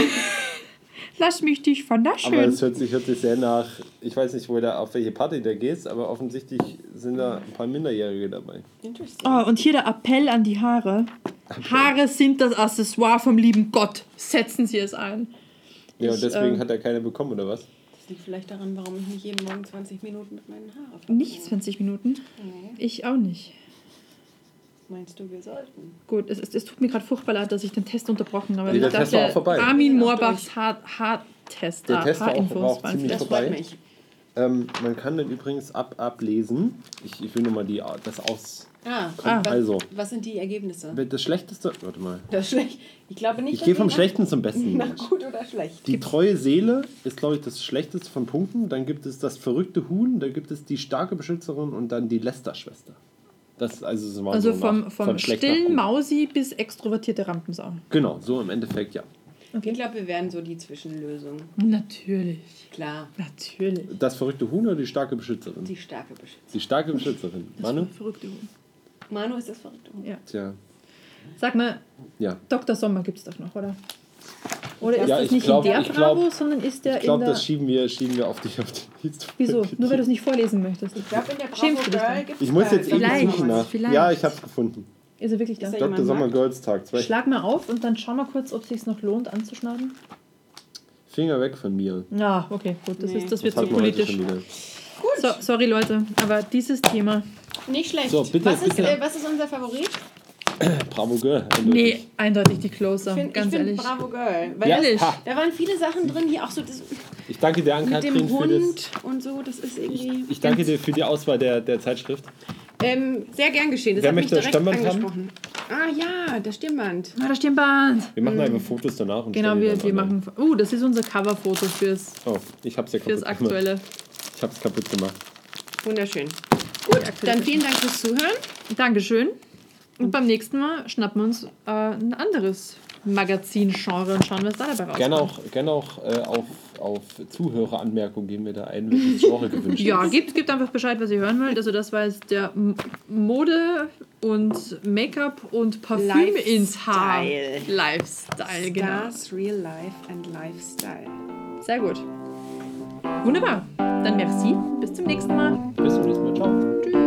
Lass mich dich
Aber
vernaschen.
es hört sich, hört sich sehr nach. Ich weiß nicht, wo da, auf welche Party da gehst, aber offensichtlich sind da ein paar Minderjährige dabei.
Interesting.
Oh, und hier der Appell an die Haare. Haare sind das Accessoire vom lieben Gott. Setzen Sie es ein.
Ja,
Ich,
und deswegen
ähm,
hat er keine bekommen, oder was?
Das liegt vielleicht daran, warum ich nicht jeden Morgen 20 Minuten mit meinen Haaren verbringe.
Nicht 20 Minuten.
Nee.
Ich auch nicht.
Meinst du, wir sollten?
Gut, es, es, es tut mir gerade furchtbar leid, dass ich den Test unterbrochen habe.
Nee, der
Ich
Test
dachte,
war auch vorbei.
Armin Moorbachs Haar- Haartest.
Der
ah,
Test war auch-
Haarinfos
war auch
waren
ziemlich-
Das
vorbei.
freut mich.
Ähm, man kann dann übrigens ab, ablesen. Ich, ich will nur mal die, das aus.
Ah,
Komm,
was,
also.
was sind die Ergebnisse?
Das schlechteste. Warte mal.
Das ist schlecht. Ich glaube nicht.
Ich
dass
gehe vom
wir nach-
Schlechten zum Besten.
Nach
Mensch.
gut oder schlecht.
Die treue Seele ist, glaube ich, das Schlechteste von Punkten. Dann gibt es das verrückte Huhn, dann gibt es die starke Beschützerin und dann die Lästerschwester. Das ist also, so mal
Also
so
vom,
nach,
vom
von schlecht nach
stillen
gut.
Mausi bis extrovertierte Rampensau.
Genau, so im Endeffekt, ja.
Ich glaube, wir wären so die Zwischenlösung.
Natürlich.
Klar,
Natürlich.
Das verrückte Huhn oder die starke Beschützerin?
die starke Beschützerin.
Die starke Beschützerin. Manu?
Verrückte Huhn.
Manu ist das verrückt.
Ja.
Tja,
Sag mal,
ja.
Dr. Sommer gibt es doch noch, oder? Oder ist
Ja,
das
ich
nicht
glaub-
in der
ich glaub-
Bravo, sondern ist der
Ich glaube,
in der...
das schieben wir, schieben wir auf die, auf die Liste.
Wieso? Nur weil du es nicht vorlesen möchtest.
Ich glaube, in der Bravo
Schämst du dich
Girl
dann?
gibt es
Ich muss jetzt eben
Vielleicht,
suchen ne? nach.
vielleicht.
Ja, ich habe es gefunden.
Ist er wirklich da?
Ist er-
Dr.
jemand
Sommer
mag.
Girls Tag. Zwei
Schlag mal auf und dann schau mal kurz, ob es sich noch lohnt anzuschneiden.
Finger weg von mir.
Ja, okay, gut. Das,
Nee.
ist, das
Das
wird zu
hatten wir heute
politisch.
schon wieder.
Gut,
So, sorry, Leute, aber dieses Thema...
nicht schlecht.
So, bitte,
was, Ist,
bitte.
äh, was ist unser Favorit?
Bravo Girl.
Nee, eindeutig die Closer,
Ich find-
ganz
ich
eindeutig.
finde
ehrlich.
Bravo Girl. Weil
Ja,
Ehrlich?
ha.
Da waren viele Sachen drin, die auch so das,
Ich danke dir,
mit
Ann-Kathrin,
dem
für das.
Hund und so, das ist irgendwie.
Ich, ich danke dir für die Auswahl der, der Zeitschrift.
Ähm, sehr gern geschehen. Das
Wer
hat mich
möchte das
direkt
Stirnband haben?
angesprochen. Ah ja, das Stirnband.
Ah, da steht ein Band.
Wir machen einfach Fotos danach und
Mhm. Genau,
stellen die
wir,
dann
wir
online.
machen. Uh, das ist unser Coverfoto fürs,
Oh, ich hab's ja kaputt
fürs
gemacht.
aktuelle.
Ich hab's kaputt gemacht.
Wunderschön.
Gut,
Dann vielen Dank fürs Zuhören.
Dankeschön. Und beim nächsten Mal schnappen wir uns äh, ein anderes Magazin-Genre und schauen, was da dabei rauskommt.
Gerne auch, gerne auch äh, auf, auf Zuhöreranmerkungen gehen wir da ein, wenn das Genre gewünscht
Ja,
ist.
gibt, gibt einfach Bescheid, was ihr hören wollt. Also das war jetzt der M- Mode und Make-up und Parfüm ins Haar.
Lifestyle.
Lifestyle, genau.
Stars, Real Life and Lifestyle.
Sehr gut. Wunderbar. Dann merci. Bis zum nächsten Mal.
Bis zum nächsten Mal. Ciao.
Tschüss.